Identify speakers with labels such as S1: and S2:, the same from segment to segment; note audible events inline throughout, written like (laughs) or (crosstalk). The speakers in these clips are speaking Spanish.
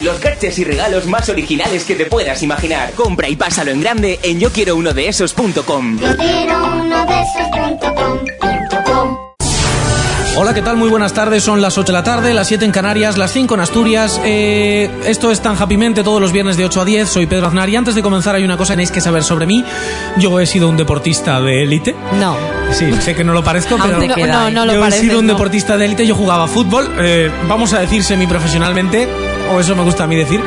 S1: Los caches y regalos más originales que te puedas imaginar. Compra y pásalo en grande en yo quiero uno de esos.com.
S2: Yo quiero uno de esos punto com, punto com.
S3: Hola, ¿qué tal? Muy buenas tardes. Son las 8 de la tarde, las 7 en Canarias, las 5 en Asturias. Eh, esto es tan happymente todos los viernes de 8 a 10. Soy Pedro Aznar y antes de comenzar hay una cosa que tenéis que saber sobre mí. Yo he sido un deportista de élite.
S4: No.
S3: Sí, sé que no lo parezco, pero
S4: Aún te queda No, ahí. no lo
S3: yo he
S4: pareces,
S3: sido un
S4: no.
S3: deportista de élite. Yo jugaba fútbol, eh, vamos a decir semiprofesionalmente, o eso me gusta a mí decir.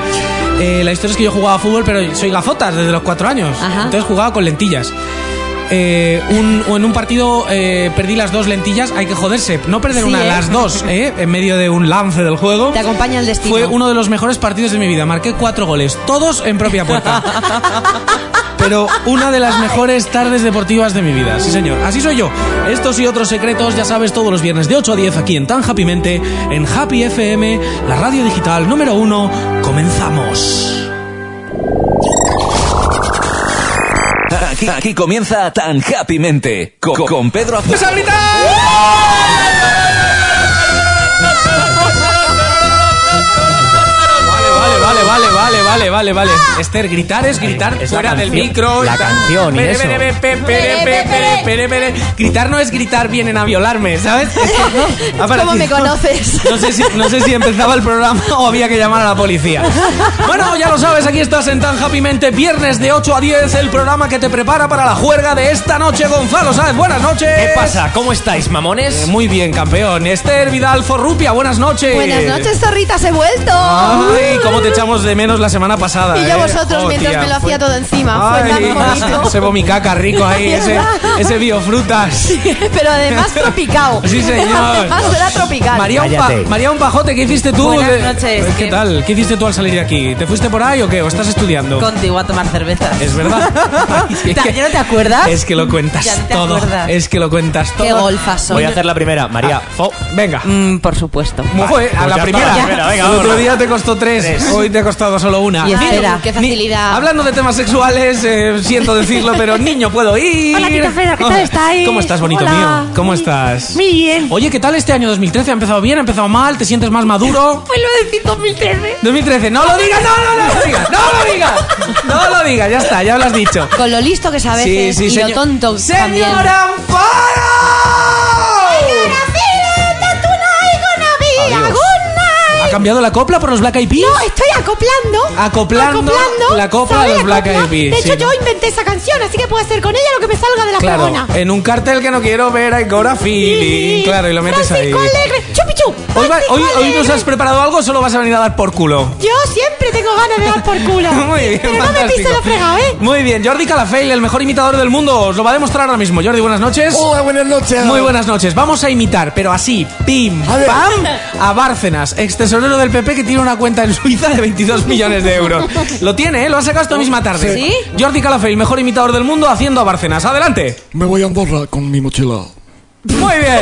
S3: Eh, la historia es que yo jugaba fútbol, pero soy gafotas desde los 4 años.
S4: Ajá.
S3: Entonces jugaba con lentillas. Eh, un- o en un partido eh, perdí las dos lentillas, hay que joderse. No perder
S4: Sí,
S3: una,
S4: ¿eh?
S3: las dos, ¿eh? en medio de un lance del juego.
S4: Te acompaña el destino.
S3: Fue uno de los mejores partidos de mi vida. Marqué cuatro goles, todos en propia puerta. Pero una de las mejores tardes deportivas de mi vida, sí señor. Así soy yo. Estos y otros secretos, ya sabes, todos los viernes de 8 a 10 aquí en Tan Happy Mente, en Happy FM, la radio digital número uno. Comenzamos.
S1: Aquí, aquí comienza tan happy mente co- con, Pedro Aznar.
S5: Pues
S3: ¡Empieza a gritar! Vale, vale, vale, vale, vale, vale, vale. Esther, gritar es gritar
S6: Es la
S3: fuera del
S6: canción,
S3: micro.
S6: la
S3: gritar-
S6: canción y
S3: Pere,
S6: eso.
S3: pere, pere, pere, pere, pere, pere, pere. Gritar no es gritar, vienen a violarme, ¿sabes? Es que no, ha
S4: ¿Cómo me
S3: parecido-
S4: conoces?
S3: (laughs) no sé, si, no sé si empezaba el programa o había que llamar a la policía. Bueno, ya lo sabes, aquí estás en Tan Happy Mente, viernes de 8 a 10, el programa que te prepara para la juerga de esta noche, Gonzalo Sáez. Buenas noches.
S6: ¿Qué pasa? ¿Cómo estáis,
S3: Eh,
S6: mamones?
S3: Muy bien, campeón. Esther Vidal Forrupia, buenas noches.
S4: Buenas noches, zorritas, he vuelto.
S3: Eh. Ay, cómo te echamos de menos la semana pasada.
S4: Y yo
S3: eh.
S4: a vosotros
S3: Oh,
S4: mientras
S3: tía,
S4: me lo
S3: fue-
S4: hacía todo encima. Fue
S3: Ay, (laughs)
S4: tan bonito.
S3: ese vomicaca rico
S4: (laughs)
S3: ahí, ese, ese biofrutas. (laughs)
S4: Pero además tropicado.
S3: Sí, señor.
S4: Además era tropical.
S3: María un, pa-
S6: Cállate.
S3: María un Pajote, ¿qué hiciste tú?
S7: Buenas
S3: ¿Qué-
S7: noches, eh.
S3: ¿Qué
S7: que-
S3: tal? ¿Qué hiciste tú al salir de aquí? ¿Te fuiste por ahí o qué? ¿O estás estudiando?
S7: contigo a tomar cervezas.
S3: Es
S7: (laughs)
S3: verdad. Ay, es que-
S7: Ta- ¿Ya no te acuerdas?
S3: Es que lo cuentas
S7: Ya ni te
S3: todo.
S7: acuerdas.
S3: Es que lo cuentas todo. Ah,
S7: Qué golfas son.
S6: Voy a hacer la primera, María. Fo.
S3: Venga.
S7: Mm, por supuesto.
S3: Muy
S6: Vale,
S3: a
S6: pues
S3: la
S6: ya está,
S3: primera.
S6: la primera, venga,
S3: el otro
S6: vámonos.
S3: día te costó tres,
S6: Tres.
S3: hoy te ha costado solo una.
S7: Y
S4: Ay,
S7: espera.
S4: Qué
S3: Ni-
S4: facilidad.
S3: hablando de temas sexuales, eh, siento decirlo, pero niño puedo ir.
S8: Hola, ¿qué tal, Pedro? ¿Qué tal estáis?
S3: ¿Cómo estás, bonito
S8: Hola.
S3: mío? ¿Cómo estás?
S8: Muy bien.
S3: Oye, ¿qué tal este año 2013? ¿Ha empezado bien? ¿Ha empezado mal? ¿Te sientes más maduro?
S8: Vuelvo a decir 2013.
S3: 2013, no lo digas, no, no, no lo digas, no lo digas, no lo digas, ya está, ya lo has dicho.
S4: Con lo listo que sabes
S3: Sí, sí,
S4: y
S3: señor.
S4: lo tonto también.
S3: ¡Señora Amparo! ¿Ha cambiado la copla por los Black Eyed Peas?
S8: No, estoy acoplando.
S3: Acoplando la copla
S8: ¿sabes
S3: de los
S8: la
S3: Black Eyed
S8: copla?
S3: Peas,
S8: De hecho,
S3: sí.
S8: yo inventé esa canción, así que puedo hacer con ella lo que me salga de la
S3: Claro,
S8: fregona.
S3: en un cartel que no quiero ver, hay Gora Feeling. Claro, y lo metes ahí.
S8: Francisco Alegre. Chupi chup.
S3: Hoy, va-
S8: Francisco
S3: hoy, hoy nos
S8: Alegre.
S3: has preparado algo o solo vas a venir a dar por culo. (laughs)
S8: Yo siempre tengo ganas de dar por culo.
S3: Muy bien,
S8: Pero no me
S3: fantástico.
S8: pise la fregada, ¿eh?
S3: Muy bien, Jordi Calafell, el mejor imitador del mundo, os lo va a demostrar ahora mismo. Jordi, buenas noches.
S8: Oh,
S9: Hola, buenas noches.
S3: Muy buenas noches. Vamos a imitar, pero así, pim,
S9: A ver.
S3: pam, a Bárcenas, ex tesorero del PP que tiene una cuenta en Suiza de 22 millones de euros. Lo tiene, ¿eh? Lo ha sacado esta misma tarde.
S7: ¿Sí?
S3: Jordi Calafell, mejor imitador del mundo, haciendo a Bárcenas. Adelante.
S9: Me voy a Andorra con mi mochila.
S3: Muy bien.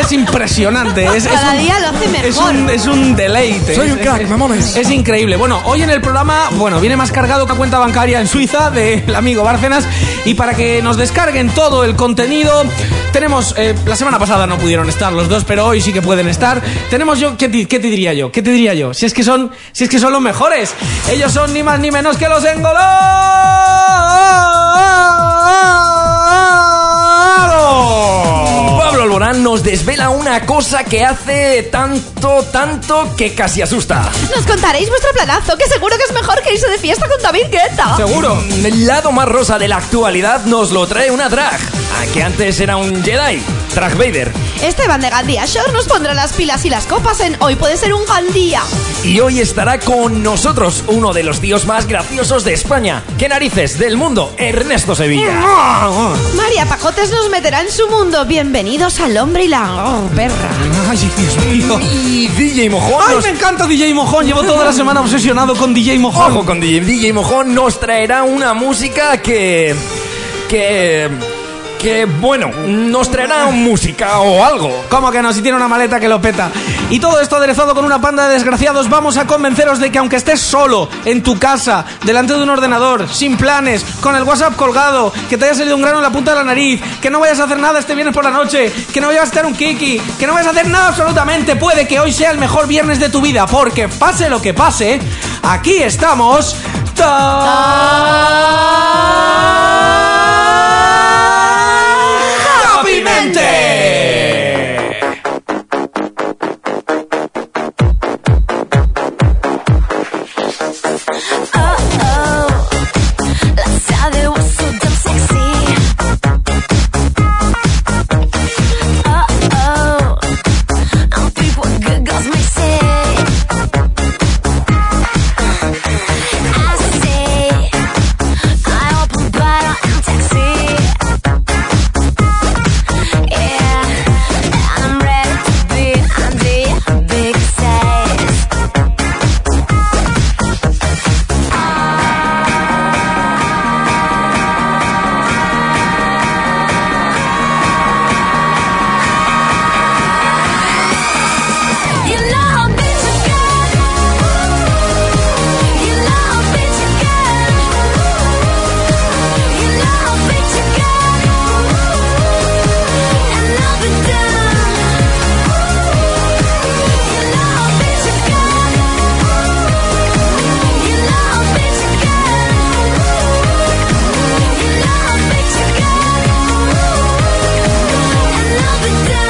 S3: es impresionante. Es, es
S4: Cada
S3: un-
S4: día lo hace mejor.
S3: Es un, es un deleite.
S9: Soy un
S3: Es-
S9: crack,
S3: es-
S9: mamones.
S3: Es increíble. Bueno, hoy en el programa, bueno, viene más cargado que a cuenta bancaria en Suiza del amigo Bárcenas. Y para que nos descarguen todo el contenido, tenemos. eh, la semana pasada no pudieron estar los dos, pero hoy sí que pueden estar. Tenemos yo. ¿Qué te, qué te diría yo? ¿Qué te diría yo? Si es que son. Si es que son los mejores. Ellos son ni más ni menos que los engolados.
S6: Pablo Alborán nos desvela una cosa que hace tanto, tanto que casi asusta.
S4: Nos contaréis vuestro planazo, que seguro que es mejor que irse de fiesta con David Guetta.
S3: Seguro.
S6: El lado más rosa de la actualidad nos lo trae una drag, a que antes era un Jedi.
S5: Drag Vader.
S4: Esteban de Gandía Shore nos pondrá las pilas y las copas en Hoy puede ser un Gandía.
S5: Y hoy estará con nosotros uno de los tíos más graciosos de España. ¡Qué narices! Del mundo, Ernesto Sevilla.
S4: María Pajotes nos meterá en su mundo. Bienvenidos al hombre y la oh, perra.
S3: Ay, Dios mío.
S5: Y DJ Mojón.
S3: Ay,
S5: nos-
S3: me encanta DJ Mojón. Llevo toda la semana obsesionado con DJ Mojón.
S5: Ojo con DJ. DJ Mojón nos traerá una música que. que. que, bueno, nos traerá música o algo.
S3: ¿Cómo que no? Si tiene una maleta que lo peta. Y todo esto aderezado con una panda de desgraciados, vamos a convenceros de que aunque estés solo, en tu casa, delante de un ordenador, sin planes, con el WhatsApp colgado, que te haya salido un grano en la punta de la nariz, que no vayas a hacer nada este viernes por la noche, que no vayas a estar un kiki, que no vayas a hacer nada absolutamente, puede que hoy sea el mejor viernes de tu vida, porque pase lo que pase, aquí estamos... tan ¡Happymente!
S2: Big size. You know how big you got. You know how big you got. You know how big you got. And I'll be down. You know how big you got. You know how big you got. You know how big you got. And I'll be down. And I'll be down.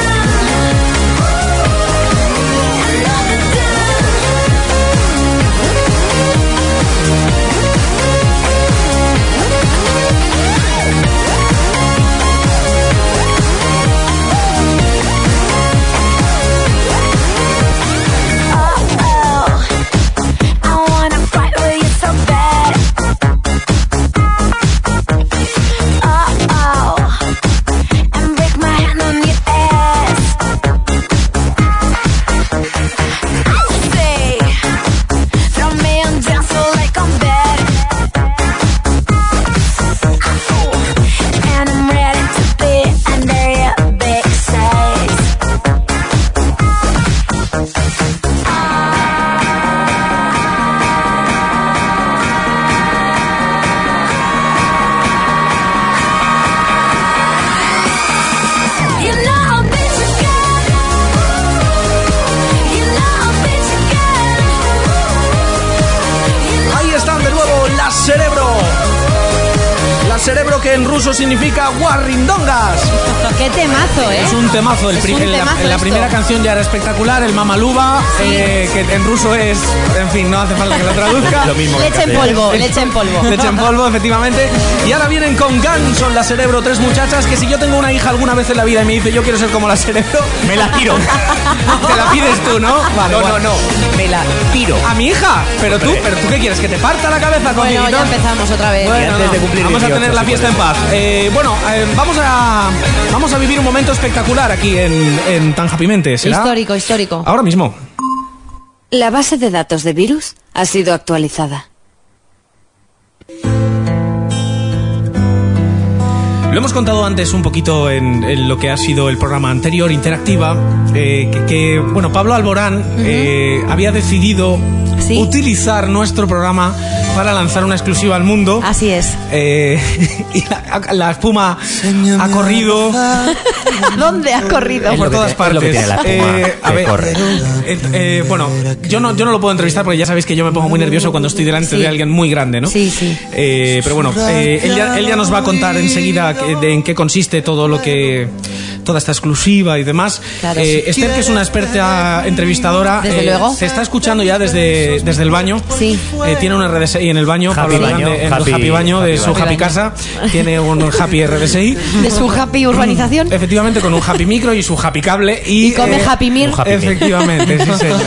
S2: And I'm ready to be under your big size. You know how big you got. You know how big you got.
S3: Ahí están de nuevo las cerebro. La cerebro que en ruso significa guarrindongas.
S10: Qué temazo, ¿eh?
S3: Es un temazo. El
S10: Es
S3: pri-
S10: un
S3: en la-
S10: temazo
S3: en la,
S10: esto.
S3: primera canción ya era espectacular, el Mamaluba, eh, que en ruso es. En fin, no hace falta que lo
S5: (laughs)
S3: traduzca.
S5: Lo mismo que
S10: Leche en
S5: Catea.
S10: polvo, leche en polvo.
S3: (laughs) Leche en polvo, efectivamente. Y ahora vienen con Ganson, la cerebro, tres muchachas que si yo tengo una hija alguna vez en la vida y me dice yo quiero ser como la cerebro,
S5: Me la (laughs) tiro.
S3: te la pides tú, ¿no? Vale,
S5: No, no,
S3: guay.
S5: no. Me la tiro.
S3: A mi hija, pero tú,
S5: Hombre.
S3: pero tú qué quieres, que te parta la cabeza con
S10: Bueno, ya empezamos otra vez.
S3: Bueno,
S5: antes de cumplir
S3: vamos a
S5: 18,
S3: tener la
S5: si
S3: fiesta en paz. Eh, bueno, eh, vamos a vamos a vivir un momento espectacular aquí en, en Tan Happy Mente, ¿será?
S10: Histórico, histórico.
S3: Ahora mismo.
S2: La base de datos de virus ha sido actualizada.
S3: Lo hemos contado antes un poquito en, en lo que ha sido el programa anterior, Interactiva, eh, que, que, bueno, Pablo Alborán eh, había decidido
S10: Sí.
S3: utilizar nuestro programa para lanzar una exclusiva al mundo.
S10: Así es.
S3: Eh, (laughs) y la, la espuma ha corrido
S4: ¿Dónde has corrido?
S5: Es lo
S3: por
S5: que tiene- es
S3: todas
S5: lo
S3: partes.
S5: que tiene la espuma,
S3: Eh, a
S5: que
S3: ver,
S5: corre.
S3: eh, eh, bueno, yo no, yo no lo puedo entrevistar porque ya sabéis que yo me pongo muy nervioso cuando estoy delante
S10: Sí.
S3: de alguien muy grande, ¿no?
S10: Sí, sí.
S3: Eh, pero bueno, eh, él, ya, él ya nos va a contar enseguida que- de en qué consiste todo lo que. toda esta exclusiva y demás.
S10: Claro,
S3: Eh,
S10: sí.
S3: Esther, que es una experta entrevistadora,
S10: Desde luego.
S3: se está escuchando ya desde desde, desde el baño.
S10: Sí.
S3: Eh, tiene un RDSI en el baño,
S5: Happy
S3: Pablo
S5: baño,
S3: Grande, en
S5: happy-
S3: el happy baño de
S5: happy
S3: su
S5: baño.
S3: happy casa. Tiene un happy RDSI.
S10: De su happy urbanización.
S3: Efectivamente, con un happy micro y su happy cable. Y,
S10: Y come
S3: Mm. eh,
S10: happy meal.
S5: un happy- meal.
S3: Efectivamente, sí, señor.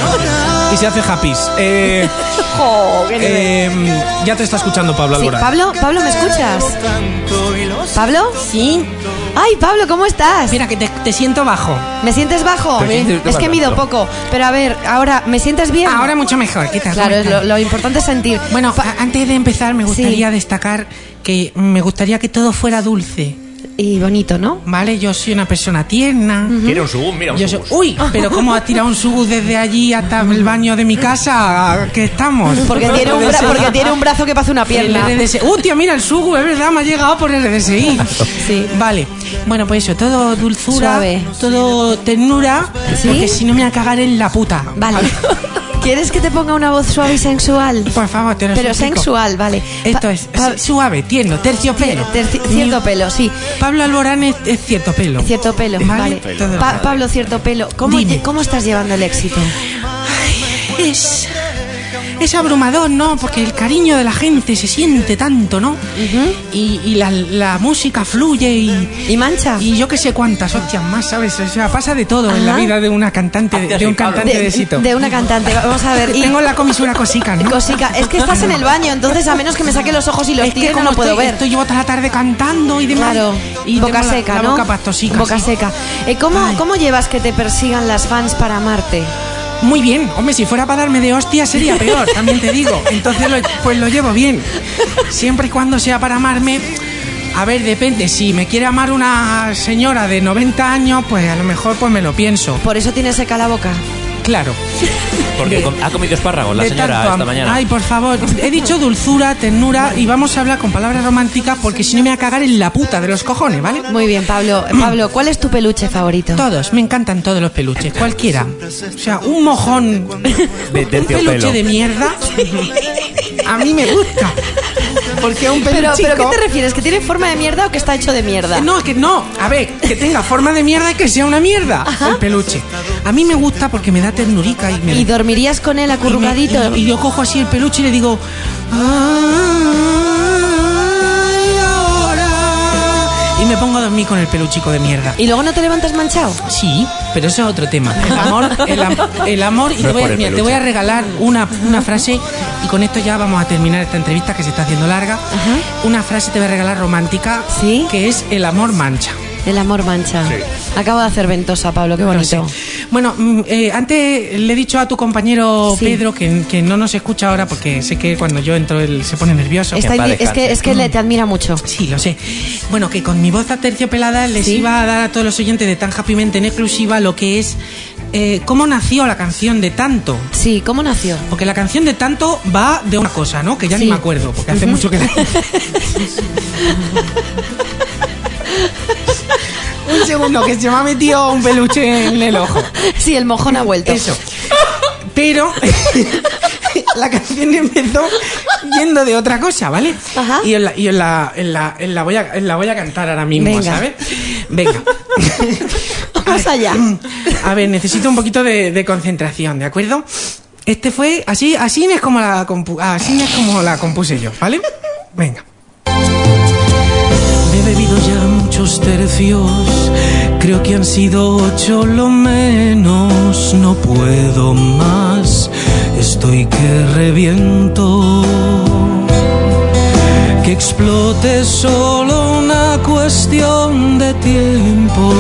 S3: Y se hace happy's. Eh, eh, ya te está escuchando Pablo
S4: Sí,
S3: Alborán.
S4: Pablo, Pablo, ¿me escuchas? ¿Pablo?
S10: Sí.
S4: Ay, Pablo, ¿cómo estás?
S3: Mira, que te, te siento bajo.
S4: ¿Me sientes bajo?
S5: Te sientes
S4: Es que
S5: bajo.
S4: mido poco. Pero a ver, ahora, ¿me sientes bien?
S7: Ahora mucho mejor, ¿qué tal?
S4: Claro,
S7: ¿Cómo
S4: es lo,
S7: estás?
S4: lo importante es sentir.
S7: Bueno,
S4: Pa-
S7: a- antes de empezar me gustaría destacar que me gustaría que todo fuera dulce,
S4: y bonito, ¿no?
S7: ¿vale? Yo soy una persona tierna.
S4: Mm.
S5: Quiere un sugus, mira un
S7: Yo soy-
S5: sugus.
S7: Uy, pero cómo ha tirado un sugus desde allí hasta el baño de mi casa, que estamos.
S4: Porque tiene,
S7: (laughs)
S4: un bra- porque tiene un brazo que parece una
S7: El
S4: pierna.
S7: RDSI. Uh, tío, mira el sugu, es verdad, me ha llegado por el RDSI.
S4: Sí.
S7: Vale. Bueno, pues eso, todo dulzura,
S4: Suave.
S7: todo ternura, porque si no me voy a cagar en la puta.
S4: Vale. (laughs) ¿Quieres que te ponga una voz suave y sensual?
S3: Pues,
S7: Por favor, te lo
S4: Pero
S7: suplico.
S4: sensual, vale.
S7: Esto
S4: Pa-
S7: es
S4: pa-
S7: sí, suave, tierno, terciopelo. Mm.
S4: terci- cierto pelo, sí.
S7: Pablo Alborán es, es cierto pelo.
S4: Cierto pelo, vale.
S7: Vale, todo.
S4: Pa- Pablo, cierto pelo. ¿Cómo,
S7: Dime.
S4: lle- ¿Cómo estás llevando el éxito?
S7: Es, es abrumador, ¿no? Porque el cariño de la gente se siente tanto, ¿no? Y, y la, la música fluye y,
S4: ¿Y mancha?
S7: y yo qué sé cuántas hostias más, ¿sabes? O sea, pasa de todo en la
S4: Ajá.
S7: vida de una cantante, de, de un cantante de, éxito.
S4: de una cantante, vamos a
S7: (laughs)
S4: ver. y-
S7: Tengo la comisura cosica, ¿no?
S4: Cosica, es que estás en el baño, entonces a menos que me saque los ojos y los
S7: es que
S4: tire, no
S7: como
S4: lo puedo
S7: estoy,
S4: ver.
S7: estoy- llevo toda la tarde cantando y demás.
S4: Claro,
S7: y
S4: boca
S7: tengo la-
S4: seca,
S7: la
S4: ¿no?
S7: boca pastosica.
S4: Boca
S7: sí.
S4: seca. Eh, ¿cómo,
S7: Ay.
S4: ¿Cómo llevas que te persigan las fans para amarte?
S7: Muy bien, hombre, si fuera para darme de hostia
S4: (laughs)
S7: sería peor, también te digo. Entonces, lo- pues lo llevo bien. Siempre y cuando sea para amarme. A ver, depende. Si me quiere amar una señora de 90 años, pues a lo mejor pues me lo pienso.
S4: Por eso tienes seca la boca.
S7: Claro.
S5: Porque com- ha comido espárragos la
S7: de
S5: señora
S7: tanto am-
S5: esta mañana.
S7: Ay, por favor. He dicho dulzura, ternura y vamos a hablar con palabras románticas porque si no me voy a cagar en la puta de los cojones, ¿vale?
S4: Muy bien, Pablo.
S7: Mm.
S4: Pablo, ¿cuál es tu peluche favorito?
S7: Todos, me encantan todos los peluches, cualquiera. O sea, un mojón,
S5: De
S7: un
S5: terciopelo.
S7: peluche de mierda, a mí me gusta. Porque un
S4: Pero,
S7: peluchico...
S4: ¿Pero qué te refieres? ¿Que tiene forma de mierda o que está hecho de mierda?
S7: No, que no. A ver, que tenga forma de mierda y que sea una mierda el peluche. A mí me gusta porque me da ternurica y me...
S4: ¿Y dormirías con él
S7: y me-
S4: acurrucadito?
S7: y- y yo cojo así el peluche y le digo... "Ay, ahora". Y me pongo a dormir con el peluchico de mierda.
S4: ¿Y luego no te levantas manchado?
S7: Sí, pero eso es otro tema. El amor, el, am- el amor y
S5: No
S7: te
S5: es
S7: voy, a-
S5: por el
S7: mira, te
S5: peluche.
S7: voy a regalar una, una frase y con esto ya vamos a terminar esta entrevista que se está haciendo larga. Una frase te voy a regalar romántica
S4: Sí.
S7: que es el amor mancha.
S4: El amor mancha. Acabo de hacer ventosa, Pablo, qué bonito.
S7: Lo sé. Bueno, mm, eh, antes le he dicho a tu compañero
S4: Sí.
S7: Pedro que, que no nos escucha ahora porque sé que cuando yo entro él se pone nervioso.
S4: Está
S5: en paz
S4: invi- es
S5: descanse.
S4: que, es que le- te admira mucho.
S7: Sí, lo sé. Bueno, que con mi voz aterciopelada les iba a dar a todos los oyentes de Tan Happy Mente en exclusiva lo que es eh, cómo nació la canción de Tanto.
S4: Sí, ¿cómo nació? (laughs)
S7: Porque la canción de Tanto va de una cosa, ¿no? Que ya
S4: Sí.
S7: ni me acuerdo, porque hace mucho que la... (laughs) un segundo, que se me ha metido un peluche en el ojo.
S4: Sí, el mojón ha vuelto.
S7: Eso. (laughs) Pero (laughs) la canción empezó yendo de otra cosa, ¿vale?
S4: Ajá.
S7: Y, os la, y os la, en la, en la voy a, en la voy a cantar ahora mismo,
S4: Venga.
S7: ¿sabes? Venga.
S4: (laughs) Más allá.
S7: A ver, necesito un poquito de, de concentración, ¿de acuerdo? Este fue así, así es como la compu- así es como la compuse yo, ¿vale? Venga. Me he bebido ya muchos tercios, creo que han sido ocho lo menos, no puedo más, estoy que reviento. Que explote es solo una cuestión de tiempo.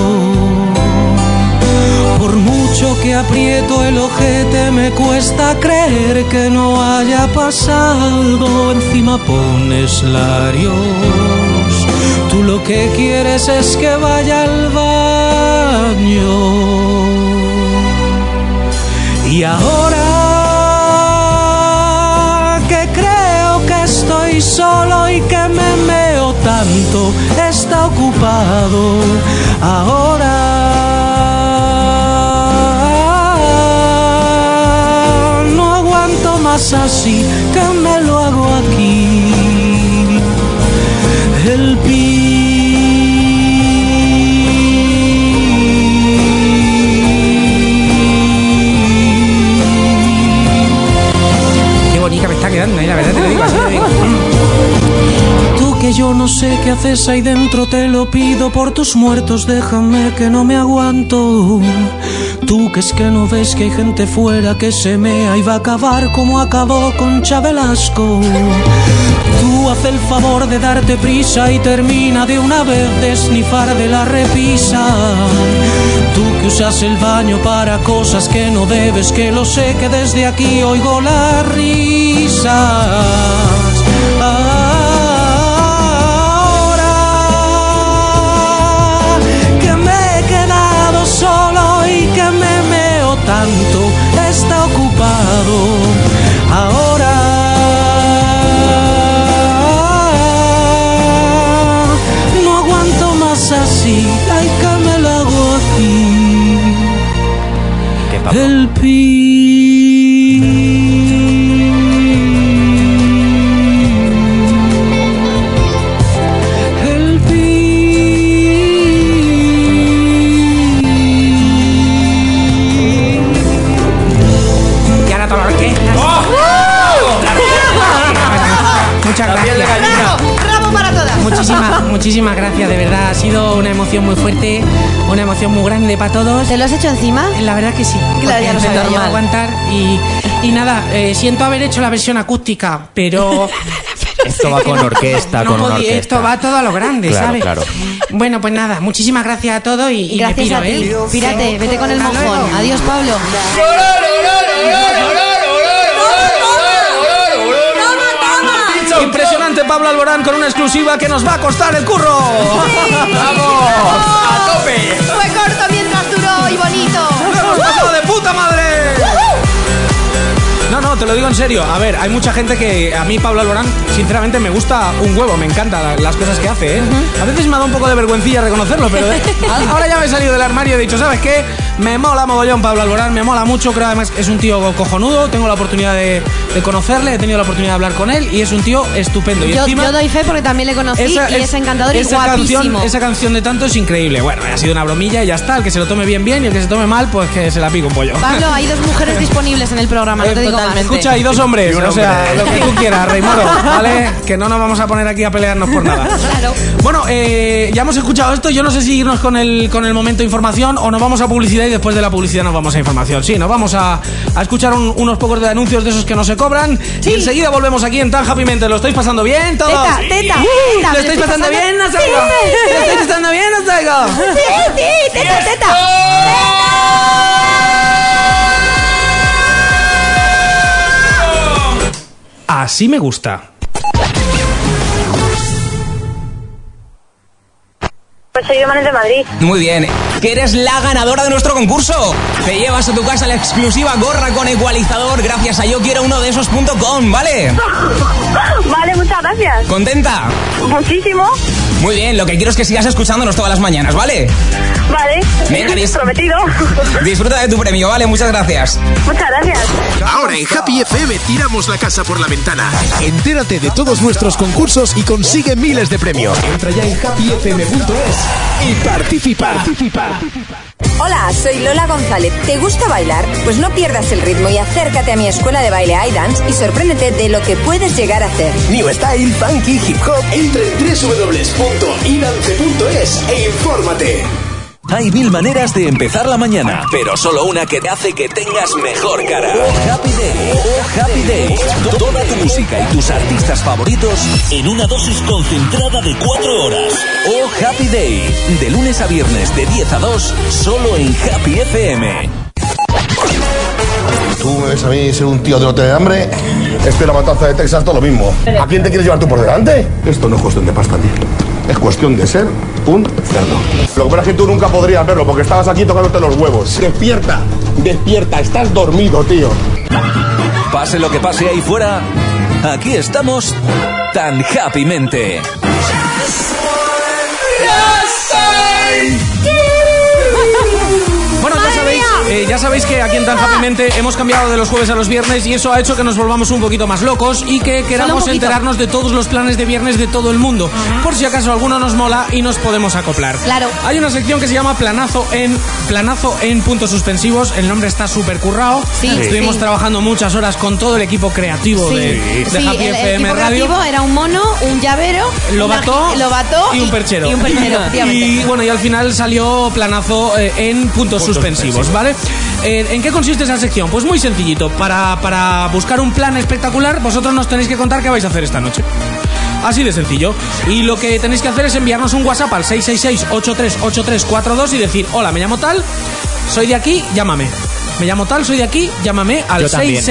S7: Por mucho que aprieto el ojete me cuesta creer que no haya pasado. Encima pones larios. Tú lo que quieres es que vaya al baño. Y ahora que creo que estoy solo y que me meo tanto, está ocupado. Ahora no aguanto más así, que me lo hago aquí. El pi.
S11: que yo no sé qué haces ahí dentro, te lo pido por tus muertos, déjame que no me aguanto. Tú que es que no ves que hay gente fuera que se mea y va a acabar como acabó con Chabelasco. Tú haz el favor de darte prisa y termina de una vez de esnifar de la repisa. Tú que usas el baño para cosas que no debes, que lo sé que desde aquí oigo las risas. Ahora que me he quedado solo y que me meo tanto, está ocupado. Ahora no aguanto más así, ay que me lo hago aquí. El
S3: Diana Tabarqué. Muchas gracias.
S4: ¡Bravo! ¡Bravo para todas!
S7: Muchísimas, muchísimas gracias, de verdad. Ha sido una emoción muy fuerte, una emoción muy grande para todos.
S4: ¿Te lo has hecho encima?
S7: La verdad que sí.
S4: Claro, ya lo
S7: Porque
S4: sabía
S7: intento
S4: yo.
S7: aguantar y, y nada, eh, siento haber hecho la versión acústica, (laughs) pero
S6: Esto va con orquesta,
S7: no
S6: con una
S7: podía,
S6: orquesta.
S7: esto va todo a lo grande,
S6: Claro,
S7: ¿sabes?
S6: claro.
S7: Bueno, pues nada, muchísimas gracias a todos y, y me
S4: Gracias
S7: piro,
S4: a ti.
S7: ¿eh?
S4: Pírate, vete con el
S7: Hasta luego.
S4: mojón. Adiós, Pablo.
S3: Impresionante Pablo Alborán con una exclusiva que nos va a costar el curro. ¡Vamos! ¡A tope!
S4: Fue corto mientras duró y bonito.
S3: ¡Lo hemos pasado de puta madre! No, no, te lo digo en serio. A ver, hay mucha gente que a mí Pablo Alborán, sinceramente, me gusta un huevo, me encanta la- las cosas que hace. ¿eh? A veces me ha dado un poco de vergüencilla reconocerlo, pero (laughs) eh, a- ahora ya me he salido del armario y he dicho, ¿sabes qué? Me mola mogollón Pablo Alborán, me mola mucho, creo además que es un tío cojonudo, tengo la oportunidad de, de conocerle, he tenido la oportunidad de hablar con él y es un tío estupendo. Y
S4: Yo,
S3: encima,
S4: yo doy fe porque también le conocí y
S3: es-
S4: es encantador y
S3: esa
S4: guapísimo.
S3: Canción, esa canción de tanto es increíble. Bueno, ha sido una bromilla y ya está. El que se lo tome bien, bien. Y el que se tome mal, pues que se la pique un pollo.
S4: Pablo, hay dos mujeres disponibles en el programa, no te Ah, digo más.
S3: Eh, Escucha, hay dos hombres. O sea, lo que tú quieras, Rey Moro. ¿Vale? Que no nos vamos a poner aquí a pelearnos por nada.
S4: Claro.
S3: Bueno, eh, ya hemos escuchado esto. Yo no sé si irnos con el, con el momento información o nos vamos a publicidad y después de la publicidad nos vamos a información. Sí, nos vamos a, a escuchar un- unos pocos de anuncios de esos que no se cobran. Y enseguida volvemos aquí en Tan Happy Mente. ¿Lo estáis pasando bien todos?
S2: Teta,
S3: Sí.
S2: teta,
S3: Uh,
S2: teta,
S3: ¿Lo estáis pasando bien? ¿Lo estáis pasando bien? ¿Lo
S2: Sí, sí, teta, teta.
S3: Así me gusta.
S12: Pues soy Manuel de Madrid.
S13: Muy bien, que eres la ganadora de nuestro concurso. Te llevas a tu casa la exclusiva gorra con ecualizador gracias a yo quiero uno de esos.com, ¿vale?
S12: Vale, muchas gracias.
S13: ¿Contenta?
S12: Muchísimo.
S13: Muy bien, lo que quiero es que sigas escuchándonos todas las mañanas, ¿vale?
S12: Vale.
S13: Venga, dis-
S12: prometido.
S13: Disfruta de tu premio, ¿vale? Muchas gracias.
S12: Muchas gracias.
S14: Ahora en Happy FM tiramos la casa por la ventana. Entérate de todos nuestros concursos y consigue miles de premios. Entra ya en happyfm.es y participa.
S15: Hola, soy Lola González. ¿Te gusta bailar? Pues no pierdas el ritmo y acércate a mi escuela de baile iDance y sorpréndete de lo que puedes llegar a hacer.
S14: New Style, Funky, Hip Hop. Entra en www.idance.es e infórmate.
S1: Hay mil maneras de empezar la mañana, pero solo una que te hace que tengas mejor cara. Happy Day, Happy Day. Toda tu música y tus artistas favoritos en una dosis concentrada de 4 horas. Oh Happy Day, de lunes a viernes de 10 a 2, solo en Happy FM.
S16: Tú me ves a mí ser un tío de no tener hambre. Es que la matanza de Texas todo lo mismo. ¿A quién te quieres llevar tú por delante? Esto no es cuestión de pasta, tío. Es cuestión de ser un cerdo. Lo que pasa es que tú nunca podrías verlo porque estabas aquí tocándote los huevos. Despierta, despierta, estás dormido, tío.
S1: Pase lo que pase ahí fuera, aquí estamos tan happymente.
S3: Bueno, ya sabéis, Eh, ya sabéis que aquí en Tan Happy Mente hemos cambiado de los jueves a los viernes y eso ha hecho que nos volvamos un poquito más locos y que queramos
S7: poquito.
S3: enterarnos de todos los planes de viernes de todo el mundo. Por si acaso alguno nos mola y nos podemos acoplar.
S4: Claro.
S3: Hay una sección que se llama Planazo en Planazo en puntos suspensivos. El nombre está súper currado.
S4: Sí,
S3: Estuvimos
S4: sí.
S3: trabajando muchas horas con todo el equipo creativo
S4: Sí,
S3: de, de
S4: sí,
S3: Happy
S4: el, el
S3: FM
S4: equipo
S3: Radio.
S4: creativo era un mono, un llavero,
S3: Lo
S4: una
S3: bató,
S4: gi- lo bató
S3: y un perchero.
S4: Y
S3: (laughs)
S4: un perchero, efectivamente.
S3: Y, bueno, y al final salió planazo eh, en puntos, suspensivos, ¿vale? Eh, ¿En qué consiste esa sección? Pues muy sencillito. Para, para buscar un plan espectacular, vosotros nos tenéis que contar qué vais a hacer esta noche. Así de sencillo. Y lo que tenéis que hacer es enviarnos un WhatsApp al 666-838342 y decir, hola, me llamo tal, soy de aquí, llámame. Me llamo tal, soy de aquí, llámame al
S6: Yo también.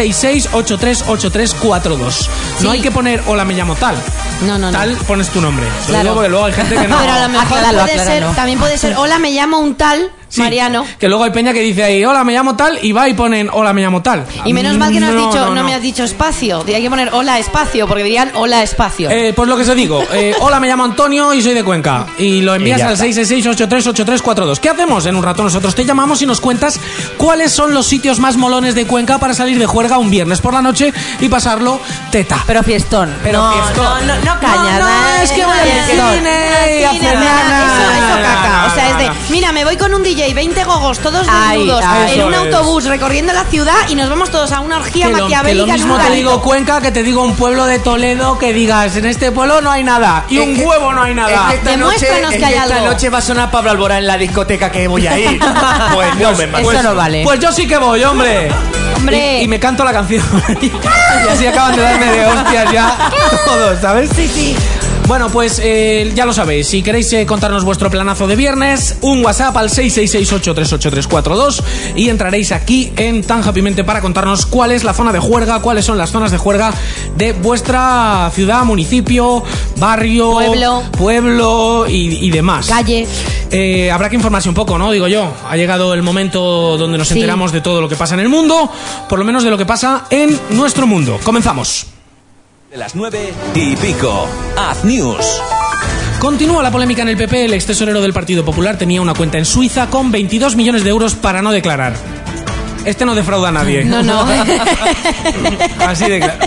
S3: 666-838342. No hay que poner, hola, me llamo tal.
S4: No, no, no.
S3: Tal pones tu nombre. Lo
S4: Claro.
S3: digo porque luego hay gente que no.
S4: (laughs) Pero a lo mejor Ah, puede ser, también puede ser, hola, me llamo un tal Mariano.
S3: Que luego hay peña que dice ahí, hola, me llamo tal, y va y ponen, hola, me llamo tal.
S4: Y menos mal que no has dicho, no, me
S3: Mm, no.
S4: has dicho espacio. Hay que poner hola espacio, porque dirían hola espacio.
S3: Eh, pues lo que se digo, eh, hola, me llamo Antonio y soy de Cuenca. Y lo envías
S4: Y ya
S3: al
S4: está.
S3: 666-838342. ¿Qué hacemos? En un rato nosotros te llamamos y nos cuentas cuáles son los sitios más molones de Cuenca para salir de juerga un viernes por la noche y pasarlo teta. Pero fiestón. Pero
S4: no, no,
S3: fiestón.
S4: no, no cañas.
S3: No, no, es que voy al cine y a cenar.
S4: Eso, eso caca. O sea, es de,
S3: No, no,
S4: mira, me voy con un DJ, 20 gogos, todos
S3: Ay,
S4: desnudos,
S3: ay.
S4: en
S3: Eso
S4: un
S3: es.
S4: autobús recorriendo la ciudad y nos vamos todos a una orgía
S3: Que lo, que lo
S4: maquiavélica en un
S3: mismo te
S4: garito.
S3: digo Cuenca que te digo un pueblo de Toledo que digas en este pueblo no hay nada y un huevo no hay nada.
S6: Es que esta noche, es que esta noche va a sonar Pablo Alborán en la discoteca que voy a (laughs) ir. pues no me mames.
S3: Pues yo sí que voy, hombre.
S4: Hombre.
S3: Y, y me canto la canción. y así acaban de darme de hostias ya todos, ¿sabes? Sí, sí. Bueno, pues eh, ya lo sabéis. Si queréis eh, contarnos vuestro planazo de viernes, un WhatsApp al 666838342 y entraréis aquí en Tan Happy Mente para contarnos cuál es la zona de juerga, cuáles son las zonas de juerga de vuestra ciudad, municipio, barrio,
S4: Pueblo.
S3: pueblo y, y demás.
S4: Calle.
S3: Eh, habrá que informarse un poco, ¿no? Digo yo. Ha llegado el momento donde nos
S4: Sí.
S3: enteramos de todo lo que pasa en el mundo, por lo menos de lo que pasa en nuestro mundo. Comenzamos.
S1: De las 9 y pico. Haz news.
S3: Continúa la polémica en el PP. El ex tesorero del Partido Popular tenía una cuenta en Suiza con 22 millones de euros para no declarar. Este no defrauda a nadie.
S4: No, no.
S3: (laughs) Así de claro.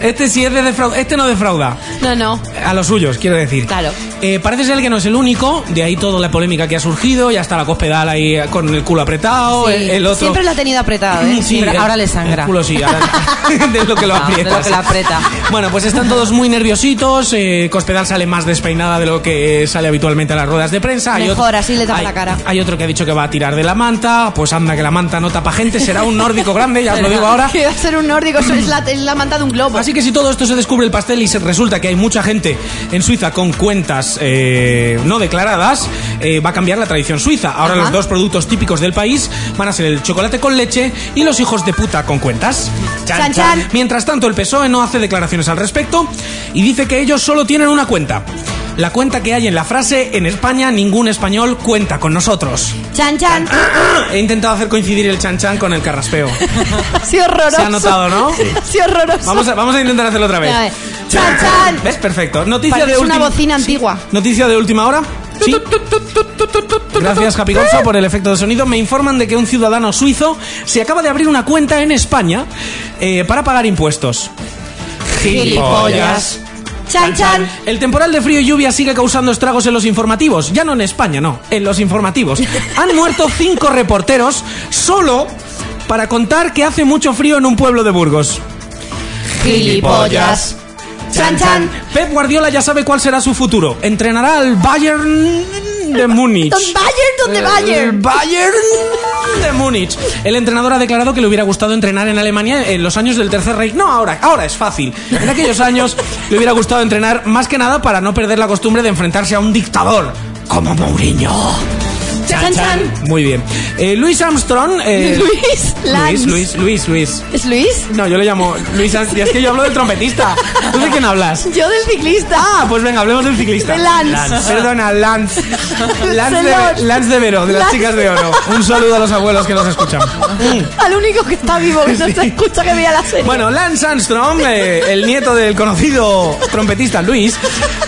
S3: Este sí es de defrauda. Este no defrauda.
S4: (laughs) No, no.
S3: A los suyos, quiero decir.
S4: Claro.
S3: Eh, parece ser que no es el único, de ahí toda la polémica que ha surgido, ya está la cospedal ahí eh, con el culo apretado,
S4: Sí.
S3: el, el otro...
S4: Siempre lo ha tenido apretado, ¿eh?
S3: Sí,
S4: Pero
S3: el-
S4: ahora le sangra.
S3: El culo sí, ahora (laughs) de lo que lo
S4: Ah, de
S3: aprieta.
S4: lo que lo aprieta.
S3: Bueno, pues están todos muy nerviositos, eh, Cospedal sale más despeinada de lo que eh, sale habitualmente a las ruedas de prensa. Hay
S4: Mejor,
S3: otro-
S4: así le tapa
S3: hay-
S4: la cara.
S3: Hay otro que ha dicho que va a tirar de la manta, pues anda que la manta no tapa gente, será un nórdico grande, ya os lo digo
S4: (laughs)
S3: ahora. Ah,
S4: Que va a ser un nórdico, eso es la, es la manta de un globo.
S3: Así que si todo esto se descubre el pastel y se resulta que hay mucha gente en Suiza con cuentas eh, no declaradas, eh, va a cambiar la tradición suiza. Ahora
S4: Ajá.
S3: los dos productos típicos del país van a ser el chocolate con leche y los hijos de puta con cuentas.
S4: Chan, chan.
S3: Mientras tanto, el PSOE E no hace declaraciones al respecto y dice que ellos solo tienen una cuenta. La cuenta que hay en la frase, en España ningún español cuenta con nosotros.
S4: Chan, chan.
S3: He intentado hacer coincidir el chan chan con el carraspeo.
S4: Sí, horroroso.
S3: Se ha notado,
S4: (laughs)
S3: ¿no?
S4: Sí, horroroso.
S3: Vamos a, vamos a intentar hacerlo otra vez.
S4: A ver. Chan, chan.
S3: ¿Ves? Perfecto. Noticia de,
S4: Parece una
S3: última
S4: bocina antigua.
S3: noticia de última hora. Sí. Gracias, Happy
S4: Eh.
S3: Golfo, por el efecto de sonido. Me informan de que un ciudadano suizo se acaba de abrir una cuenta en España eh, para pagar impuestos.
S4: Gilipollas. Chan, chan.
S3: El temporal de frío y lluvia sigue causando estragos en los informativos. Ya no en España, no, en los
S4: (laughs)
S3: informativos. Han muerto cinco reporteros solo para contar que hace mucho frío en un pueblo de Burgos.
S4: Gilipollas. Chan, chan.
S3: Pep Guardiola ya sabe cuál será su futuro. Entrenará al Bayern de Múnich.
S4: Don Bayern,
S3: Eh,
S4: donde
S3: El
S4: Bayern.
S3: Bayern de Múnich. El entrenador ha declarado que le hubiera gustado entrenar en Alemania en los años del Tercer Reich. No, ahora, ahora es fácil. En aquellos años le hubiera gustado entrenar más que nada para no perder la costumbre de enfrentarse a un dictador como Mourinho.
S4: Chan, chan.
S3: Muy bien. Eh, Luis Armstrong. eh,
S4: (laughs) Luis Lanz.
S3: Luis, Luis, Luis, Luis.
S4: ¿Es Luis?
S3: No, yo le llamo Luis Armstrong. Es que yo hablo del trompetista. ¿Tú de quién hablas?
S4: Yo del ciclista.
S3: Ah, pues venga, hablemos del ciclista.
S4: De Lance.
S3: Lance. Perdona,
S4: (laughs)
S3: Lance. Lance de,
S4: Celor.
S3: Lance de Vero, de las
S4: Lance.
S3: chicas de oro. Un saludo a los abuelos que nos escuchan.
S4: (laughs) Al único que está vivo,
S3: (laughs)
S4: que no se escucha que veía la serie.
S3: Bueno, Lance Armstrong, eh, el nieto del conocido trompetista Luis,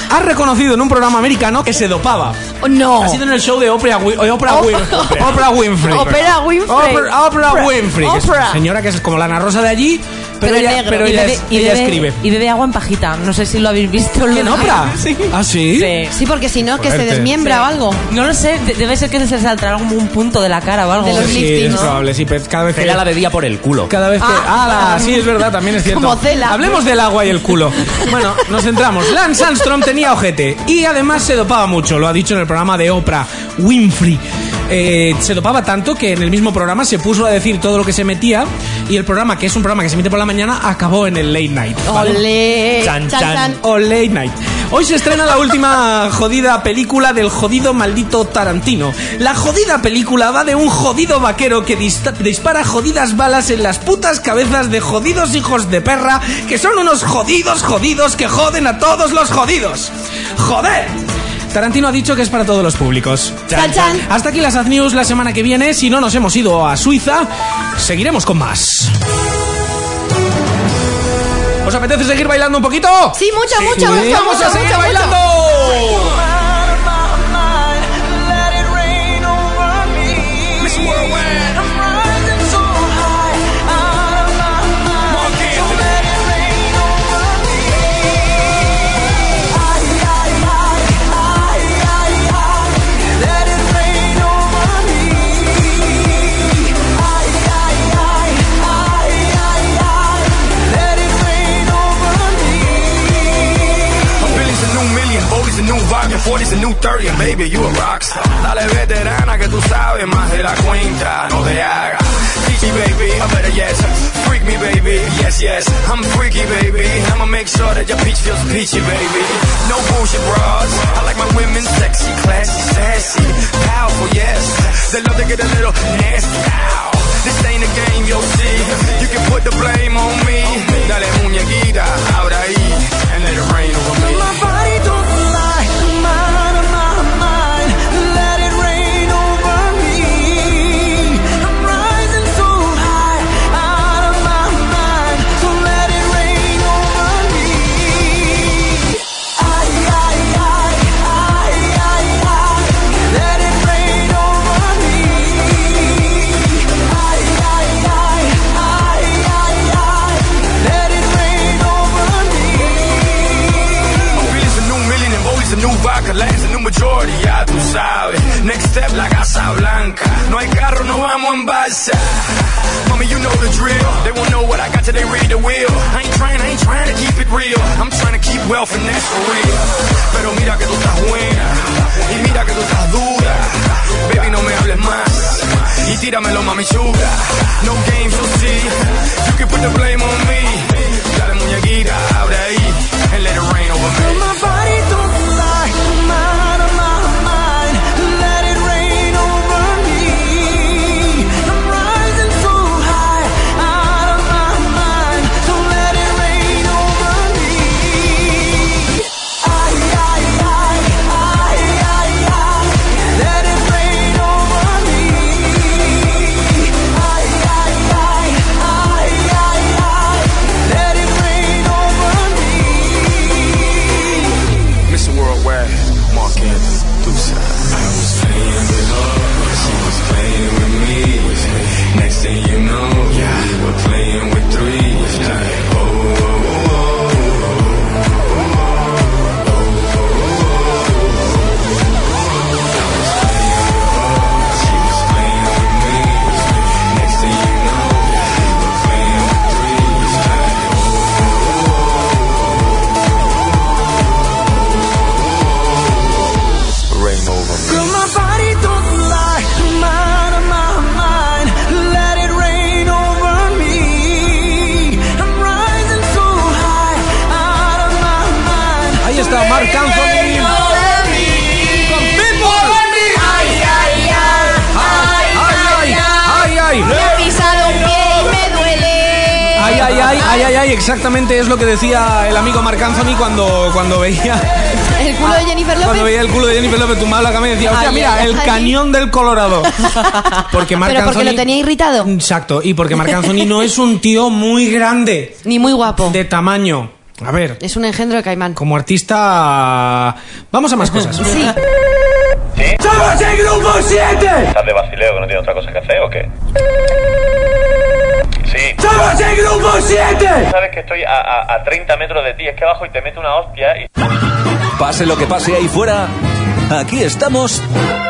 S3: ha reconocido en un programa americano que se dopaba.
S4: Oh, No.
S3: Ha sido en el show de Oprah, Wi- eh, Oprah,
S4: Oh. (laughs)
S3: Win- Oprah Winfrey.
S4: Oprah Winfrey.
S3: Oprah, Oprah
S4: Oprah.
S3: Winfrey. que es una
S17: Oprah.
S3: señora que es como la Ana Rosa de allí, pero,
S17: Pero,
S3: ella,
S17: negro.
S3: pero
S17: y
S3: ella
S17: bebe,
S3: es-
S17: y
S3: ella
S17: bebe-
S3: escribe.
S17: Y bebe agua en pajita. No sé si lo habéis visto.
S3: ¿En Oprah?
S17: Sí.
S3: ¿Ah, sí?
S4: (laughs) Sí, porque si no, que se
S3: Fuerte.
S4: desmiembra
S17: Sí.
S4: o algo.
S17: No lo sé. de- Debe ser que se le saldrá algún punto de la cara o algo.
S4: De los
S3: Sí, es probable, sí, pero cada vez que...
S6: Cela la bebía por el culo.
S3: Cada vez que...
S6: Ah.
S3: ¡Hala! Sí, es verdad, también es cierto.
S6: Como Cela.
S3: Hablemos del agua y el culo. Bueno, nos centramos. Lance Armstrong tenía ojete y además se dopaba mucho, lo ha dicho en el programa de Oprah Winfrey. Eh, se dopaba tanto que en el mismo programa se puso a decir todo lo que se metía y el programa, que es un programa que se emite por la mañana, acabó en el late night. ¿vale?
S4: Olé. Chan, Chan, chan. chan.
S3: Eh, O late night. Hoy se estrena la última jodida película del jodido maldito Tarantino. La jodida película va de un jodido vaquero que dista- dispara jodidas balas en las putas cabezas de jodidos hijos de perra que son unos jodidos jodidos que joden a todos los jodidos. ¡Joder! Tarantino ha dicho que es para todos los públicos.
S4: Chan, chan.
S3: Hasta aquí las Ad News la semana que viene. Si no nos hemos ido a Suiza, seguiremos con más. ¿Os apetece seguir bailando un poquito?
S4: Sí, mucho, mucho, mucho,
S3: Vamos a
S4: mucho,
S3: seguir
S4: mucho,
S3: bailando.
S18: A Billy's a new million, Bowley's a new vibe, your 40's a new 30, and baby, you a rockstar. Dale veterana que tú sabes más de la cuenta, no te hagas. Teach me, baby, I better yes. Freak me, baby, yes, yes. I'm freaky, baby. I'ma make sure that your peach feels peachy, baby. No bullshit bras. I like my women sexy, classy, sassy, powerful, yes. They love to get a little nasty. Ow. This ain't a game, yo, see. You can put the blame on me. Dale muñequita, ahora ahí, and let it rain over me.
S2: My body don't oh, lie, mind of my mind. Let it rain over me. I'm rising so high, out of my mind. So let it rain over me. I, I, I, I, I, I. Let it rain over me. I, I, I, I, I, I. Let it rain over me.
S18: My Billy's a new million and Bowley's a new vodka. Lance a new majority, ya tú sabes. Next step, la Casa Blanca. No hay carro, no vamos en balsa. Mommy, you know the drill. They won't know what I got till they read the wheel. I ain't trying, I ain't trying to keep it real. I'm trying to keep wealth and that's for real. Pero mira que tú estás buena. Y mira que tú estás dura. Baby, no me hables más. Y tíramelo, mami chula. No games, you'll see. You can put the blame on me. Dale muñequita, abre ahí. And let it rain over me.
S2: My body don't lie, I'm out of my mind. Let it rain over me. I'm rising so high, out of my mind. So let it rain over me. I, I, I, I, I, I. Let it rain over me. I, I, I, I, I, I. Let it rain over me.
S18: Mr. Worldwide, Mark Anthony, Deuce. I was playing with her, she was playing with me. Next thing you know, we were playing with three. Like, oh, oh, oh, oh, oh, oh. I was playing with her, she was playing with me. Next thing you know, we were playing with three. Like, Rain over me.
S2: Girl, my body don't lie. I'm out of my mind. Let it rain over me. I'm rising so high. Out of my mind.
S3: Ahí está Mark Anthony. Con Pitbull.
S2: ay,
S3: ay, ay.
S4: Me ha pisado un pie y me duele.
S3: Ay, ay, ay, ay, ay, ay, exactamente es lo que decía el amigo Marc Anthony cuando, cuando veía
S4: El culo de Jennifer López.
S3: cuando veía el culo de Jennifer López tumbado en la cama y decía, hostia,
S4: Ay,
S3: mira,
S4: ay,
S3: el
S4: ay.
S3: cañón del
S4: (laughs)
S3: Colorado. Porque Marc
S4: Pero porque
S3: Anthony-
S4: lo tenía irritado.
S3: Exacto, y porque Marc Anthony no es un tío muy grande
S4: Ni muy guapo.
S3: de tamaño. A ver.
S4: Es un engendro de caimán.
S3: Como artista. Vamos a más cosas.
S4: Sí.
S2: ¡Somos el grupo 7!
S19: ¿Estás de vacileo que no tiene otra cosa que hacer o qué? Sí.
S2: ¡Somos el grupo 7!
S19: Sabes que estoy a, a- a 30 metros de ti, es que abajo y te meto una hostia y...
S1: Pase lo que pase ahí fuera, aquí estamos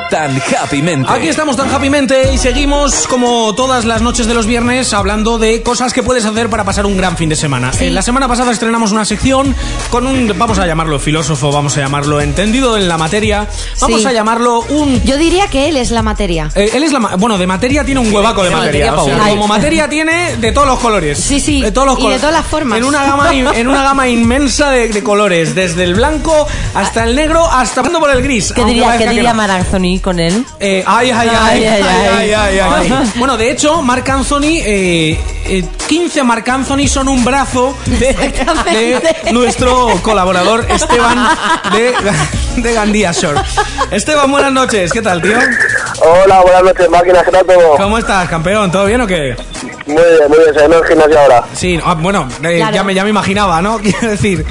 S1: tan happymente.
S3: Aquí estamos tan happymente y seguimos como todas las noches de los viernes hablando de cosas que puedes hacer para pasar un gran fin de semana. Eh, la semana pasada estrenamos una sección con un, vamos a llamarlo filósofo, vamos a llamarlo entendido en la materia, vamos
S4: Sí.
S3: a llamarlo un...
S4: Yo diría que él es la materia.
S3: eh, él es la... ma- Bueno, de materia tiene un huevaco de
S6: tiene
S3: materia.
S6: materia
S3: o sea,
S6: pa' uno.
S3: como
S17: (laughs)
S3: materia tiene de todos los colores. Sí, sí. De todos los
S4: y de
S3: colores.
S4: todas las formas.
S3: En una gama, in- en una gama inmensa de, de colores. Desde el blanco hasta el negro, hasta pasando por el gris.
S17: ¿Qué
S3: aunque
S17: diría,
S3: parezca
S17: qué
S3: que
S17: diría
S3: no.
S17: Mar Anthony con él?
S3: Eh, ay, ay,
S17: Ay,
S3: ay,
S17: ay,
S3: ay,
S17: ay.
S3: ay, ay, ay.
S17: (laughs) Ay.
S3: Bueno, de hecho, Marc Anthony, eh, eh, 15 Marc Anthony son un brazo de, de nuestro colaborador Esteban de, de Gandía Shore. Esteban, buenas noches, ¿qué tal, tío?
S20: Hola, buenas noches, máquinas, ¿qué tal
S4: Oh.
S20: todo?
S3: ¿Cómo estás, campeón? ¿Todo bien o qué?
S20: Muy bien, muy bien, se el gimnasio ahora.
S3: Sí, ah, bueno, eh, ya, me, ya me imaginaba, ¿no? (laughs) Quiero decir,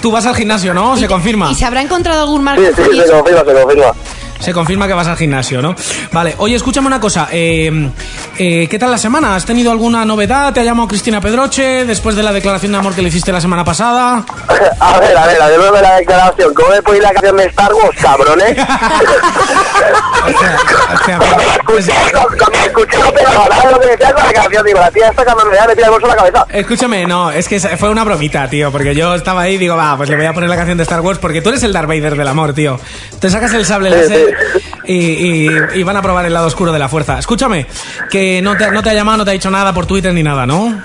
S3: tú vas al gimnasio, ¿no? Se confirma.
S4: ¿Y se habrá encontrado algún Marc
S20: Sí, sí,
S4: Anthony?
S20: se confirma, se confirma. (laughs)
S3: Se confirma que vas al gimnasio, ¿no? Vale, oye, escúchame una cosa. eh, eh, ¿Qué tal la semana? ¿Has tenido alguna novedad? ¿Te ha llamado Cristina Pedroche después de la declaración de amor que le hiciste la semana pasada?
S20: A ver, a ver, a ver, vuelve la declaración. ¿Cómo me ponéis la canción de Star Wars, cabrones?
S4: (laughs) Pues,
S20: Escuchaba, pero ahora lo que decía con la canción, digo, la tía esta cabrón, me tira el bolso a la cabeza.
S3: Escúchame, no, es que esa- fue una bromita, tío, porque yo estaba ahí y digo, va, pues le voy a poner la canción de Star Wars porque tú eres el Darth Vader del amor, tío. Te sacas el sable láser y, y- y van a probar el lado oscuro de la fuerza. Escúchame, que no te, no te ha llamado, no te ha dicho nada por Twitter ni nada, ¿no?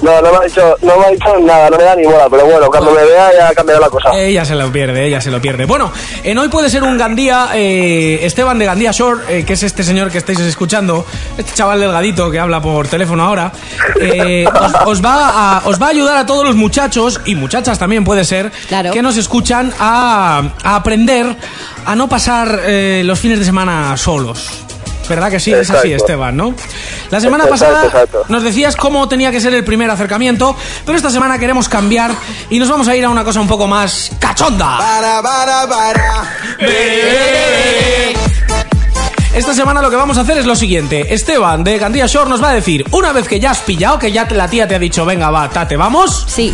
S20: No, no me ha dicho, no me ha dicho nada, no me da ni bola, pero bueno, cuando me vea ya ha cambiado la cosa.
S3: Ella se lo pierde, ella se lo pierde. Bueno, en hoy puede ser un Gandía, eh, Esteban de Gandía Shore, eh, que es este señor que estáis escuchando, este chaval delgadito que habla por teléfono ahora, eh, os, os va a, os va a ayudar a todos los muchachos, y muchachas también puede ser, que nos escuchan a, a aprender a no pasar eh, los fines de semana solos. ¿Verdad que sí? Es así,
S6: Exacto.
S3: Esteban, ¿no? La semana
S6: Exacto,
S3: pasada
S6: exacto.
S3: nos decías cómo tenía que ser el primer acercamiento, pero esta semana queremos cambiar y nos vamos a ir a una cosa un poco más cachonda.
S2: Para, para, para.
S3: Esta semana lo que vamos a hacer es lo siguiente. Esteban de Gandía Shore nos va a decir, una vez que ya has pillado, que ya te- la tía te ha dicho, venga, va, tate, vamos.
S4: Sí.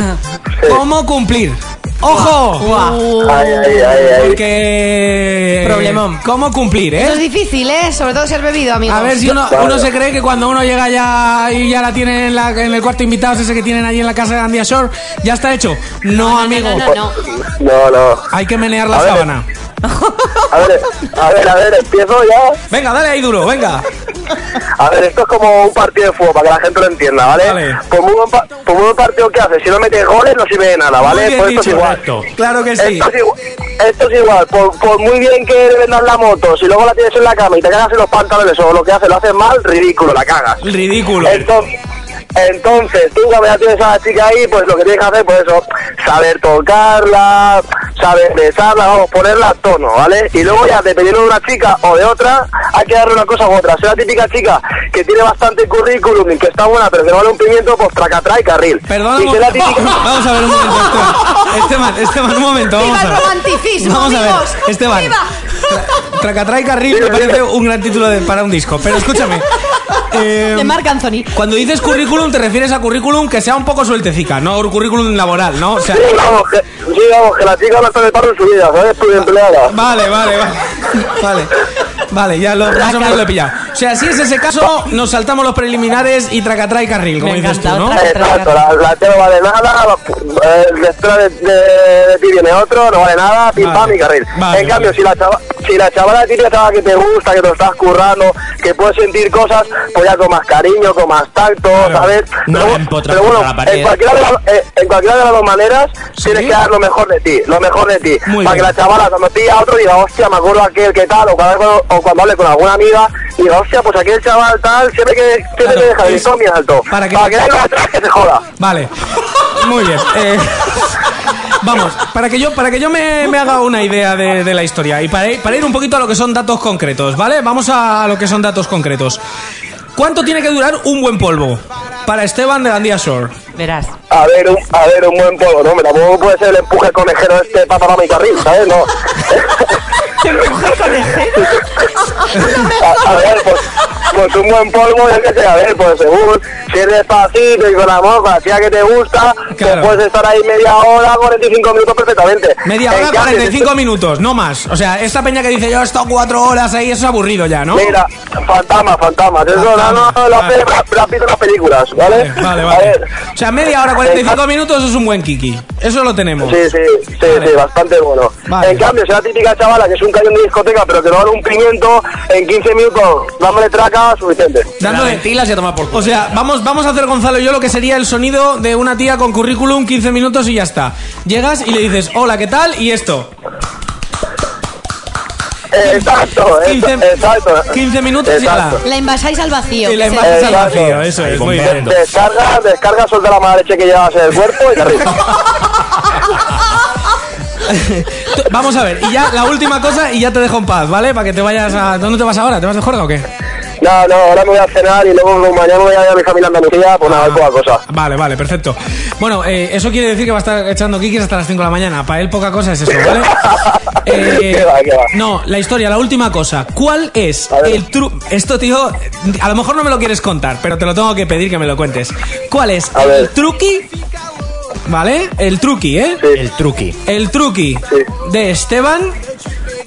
S3: ¿Cómo cumplir? ¡Ojo!
S20: Ay, ay, ay, ay.
S3: Porque...
S20: Problemón.
S3: ¿Cómo cumplir, eh?
S4: Eso es difícil, ¿eh? Sobre todo ser bebido, amigos.
S3: A ver si uno, uno se cree que cuando uno llega ya y ya la tiene en, la- en el cuarto invitados ese que tienen allí en la casa de Gandía Shore, ya está hecho. No, amigo.
S20: No, no.
S3: Hay que menear la
S20: A ver. eh.
S3: sábana.
S20: A ver, a ver, a ver, empiezo ya.
S3: Venga, dale ahí duro, venga.
S20: A ver, esto es como un partido de fútbol, para que la gente lo entienda, ¿vale? Por muy buen, pa- por muy buen partido que haces, si no metes goles no sirve de nada,
S3: Muy
S20: ¿vale?
S3: bien
S20: Pues esto es
S3: dicho,
S20: igual.
S3: correcto. Claro que sí.
S20: Esto es igual, esto es igual. Por, por muy bien que le vendas la moto, si luego la tienes en la cama y te cagas en los pantalones o lo que haces, lo haces mal, ridículo, la cagas.
S3: Ridículo.
S20: Entonces, entonces, tú cuando ya tienes a la chica ahí, pues lo que tienes que hacer, pues eso, saber tocarla, saber besarla, vamos, ponerla a tono, ¿vale? Y luego ya, dependiendo de una chica o de otra, hay que darle una cosa u otra. Si es la típica chica que tiene bastante currículum y que está buena, pero que no vale un pimiento, pues tracatrá y carril.
S3: Perdón,
S20: Y
S3: un
S20: si es la
S3: momento. (laughs)
S20: típica... (laughs)
S3: vamos a ver un momento, Este Esteban. Esteban, Esteban, un momento,
S2: ¡Viva
S3: vamos
S2: el
S3: a ver.
S2: romanticismo,
S3: Vamos a ver,
S2: amigos!
S3: Esteban.
S2: ¡Viva!
S3: Tra- Tracatrá y carril me parece un gran título de- para un disco, pero escúchame. eh,
S4: De Marc Anthony.
S3: cuando dices currículum, te refieres a currículum que sea un poco sueltecica, no un currículum laboral, ¿no? O sea,
S20: Sí, vamos, que, sí, vamos, que la chica no está de paro en su vida, ¿sabes? Tu empleada.
S3: Vale, vale, vale. (laughs) Vale. Vale, ya lo, más o menos lo he pillado. O sea, si es ese caso, nos saltamos los preliminares y tracatrá y carril, como dices tú, ¿no?
S20: Exacto, la, la tía no vale nada, eh, detrás de, de- de ti viene otro, no vale nada, pim
S3: Vale.
S20: pam y carril.
S3: Vale,
S20: en cambio, si la chava, si la chavala tiene chavala que te gusta, que te lo estás currando, que puedes sentir cosas, pues ya con más cariño, con más tacto, ¿sabes?
S6: No
S20: Pero,
S6: la
S20: bu-
S6: empotras
S20: pero bueno,
S6: contra la pared.
S20: en cualquiera, de las- eh, en cualquiera de las dos maneras, tienes que dar lo mejor de ti, lo mejor de ti.
S3: Muy
S20: para
S3: bien.
S20: que la chavala cuando pilla a otro diga, hostia, me acuerdo aquel que tal, o cuando, o cuando hable con alguna amiga, diga, hostia, pues aquel chaval tal, siempre que, siempre
S3: Claro,
S20: que deja el
S3: es-
S20: insomnio en alto.
S3: para que-
S20: para que venga atrás que se joda.
S3: Vale. Muy bien. eh, vamos, para que yo, para que yo me, me haga una idea de, de la historia y para ir, para ir un poquito a lo que son datos concretos, ¿vale? Vamos a, lo que son datos concretos. ¿Cuánto tiene que durar un buen polvo? Para Esteban de Gandía Shore.
S17: Verás.
S20: A ver, un, a ver, un buen polvo, no, me tampoco puede ser el empuje conejero este para para mi carril, ¿sabes? (laughs) No. empuje conejero? (laughs) a, a ver, pues, pues un buen polvo, yo que sé, a ver, pues según, si es despacito y con amor, con la chica que te gusta,
S3: Claro.
S20: pues puedes estar ahí media hora, 45 minutos perfectamente.
S3: Media
S20: En
S3: hora,
S20: cambio, si
S3: 45 minutos, no más. O sea, esta peña que dice yo he estado cuatro horas ahí, eso es aburrido ya, ¿no?
S20: Mira, fantasma, fantasma. Eso
S3: Fantasma,
S20: no, no, lo hace rápido las películas, ¿vale?
S3: Vale,
S20: eh, A
S3: vale.
S20: ver. Eh,
S3: O sea, media hora, 45 minutos es un buen kiki. Eso lo tenemos.
S20: Sí, sí, sí, sí, bastante bueno. En cambio, si la típica chavala que es un cañón de discoteca, pero que no vale un pimiento, en 15 minutos, dándole traca, suficiente.
S3: Dándole
S6: ventilas y a tomar por
S3: O sea, vamos, vamos a hacer Gonzalo y yo lo que sería el sonido de una tía con currículum 15 minutos y ya está. Llegas y le dices, hola, ¿qué tal? Y esto.
S20: Eh, Exacto,
S3: 15,
S20: exacto.
S3: 15 minutos y ala.
S4: La envasáis al vacío.
S3: Y la
S4: que se
S3: envasáis al
S4: dice.
S3: vacío. Tío, eso es, muy bien.
S20: Descarga, descarga, suelta la mala leche que llevas en el cuerpo y
S3: (laughs)
S20: te ríes.
S3: Vamos a ver, y ya la última cosa y ya te dejo en paz, ¿vale? Para que te vayas a... ¿Dónde te vas ahora? ¿Te vas de jorda o qué?
S20: No, no, ahora me voy a cenar y luego mañana me voy a ir a mi familia a Andalucía, pues
S3: Ah.
S20: nada, poca cosa.
S3: Vale, vale, perfecto. Bueno, eh, eso quiere decir que va a estar echando kikis hasta las 5 de la mañana. Para él poca cosa es eso, ¿vale? Eh,
S20: Qué va, qué va.
S3: No, la historia, la última cosa. ¿Cuál es el truco? Esto, tío, a lo mejor no me lo quieres contar, pero te lo tengo que pedir que me lo cuentes. ¿Cuál es el truqui? ¿Vale? El truqui, ¿eh?
S6: El truqui.
S3: El truqui de Esteban,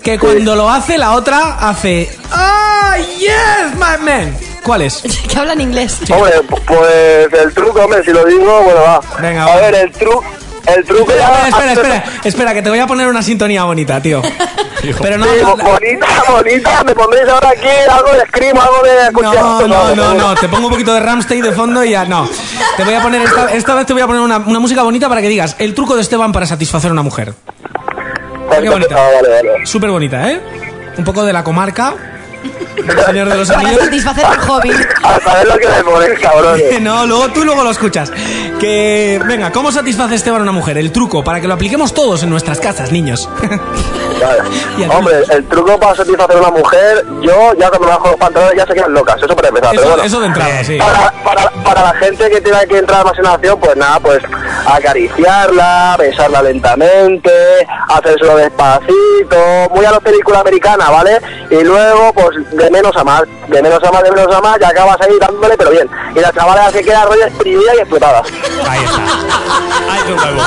S3: que cuando lo hace, la otra hace. ¡Ah, yes, my man! ¿Cuál es?
S4: (laughs) Que hablan inglés.
S20: Hombre, pu- pues el truco, hombre, si lo digo, bueno, va.
S3: Venga,
S20: a
S3: va.
S20: ver, el truco. El truco
S3: Espera,
S20: ya-
S3: espera, espera, espera, que te voy a poner una sintonía bonita, tío. Pero no.
S20: Sí,
S3: no,
S20: bo- bonita, bonita, me pondréis ahora aquí algo de scream, algo de
S3: No, no, no, no, te pongo un poquito de Ramstein de fondo y ya no. Te voy a poner esta, esta vez te voy a poner una, una música bonita para que digas el truco de Esteban para satisfacer a una mujer. Qué bonita. Súper bonita, ¿eh? Un poco de la comarca. El Señor de los
S4: Para
S3: Anillos.
S4: satisfacer al hobby.
S20: A saber lo que me ponéis, cabrones.
S3: No, luego tú luego lo escuchas. Que venga, ¿cómo satisface Esteban a una mujer? El truco para que lo apliquemos todos en nuestras casas, niños.
S20: Vale. Hombre, el truco para satisfacer a una mujer, yo ya cuando me bajo los pantalones ya se quedan locas, eso para empezar. pero
S3: Eso,
S20: bueno. Eh,
S3: eso de entrada, sí.
S20: para la gente que tiene que entrar más en acción, pues nada, pues acariciarla, besarla lentamente, hacérselo despacito, muy a la película americana, ¿vale? Y luego, pues de menos a más, de menos a más, de menos a más, ya acabas ahí dándole, pero bien. Y la chavala se queda rollo exprimida y explotada.
S6: Ahí está.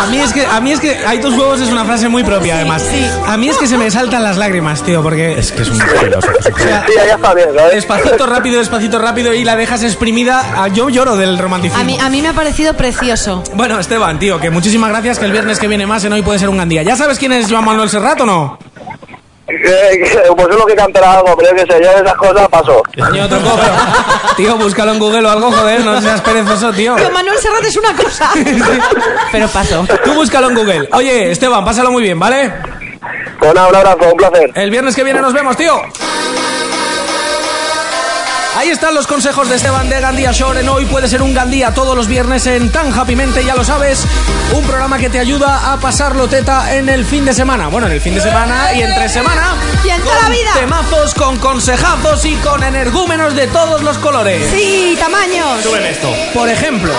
S3: A mí es que, a mí es que, hay tus huevos es una frase muy propia además. A mí es que se me saltan las lágrimas, tío, porque es que es un
S20: Sí, ya está bien, ¿sabes?
S3: despacito, rápido, despacito, rápido y la dejas exprimida. Ah, Yo lloro del romanticismo.
S4: A mí, a mí me ha parecido precioso.
S3: Bueno, Esteban, tío, que muchísimas gracias, que el viernes que viene más en hoy puede ser un gran día. ¿Ya sabes quién es Joan Manuel Serrat o no?
S20: Eh, pues es lo que cantará algo, pero yo que sé, yo de esas cosas paso.
S3: (laughs) Tío, búscalo en Google o algo, joder, no seas perezoso, tío.
S4: Pero Manuel Serrat es una
S3: (laughs)
S4: cosa.
S3: Pero paso. Tú búscalo en Google. Oye, Esteban, pásalo muy bien, ¿vale?
S20: Con un abrazo, un placer.
S3: El viernes que viene nos vemos, tío. Ahí están los consejos de Esteban de Gandía Shore en Hoy Puede Ser Un Gandía todos los viernes en Tan Happy Mente, ya lo sabes. Un programa que te ayuda a pasarlo teta en el fin de semana. Bueno, en el fin de semana y entre semana.
S4: Y en toda la
S3: con
S4: vida.
S3: temazos, con consejazos y con energúmenos de todos los colores.
S4: Sí, tamaños. Ah,
S3: Por ejemplo. eh,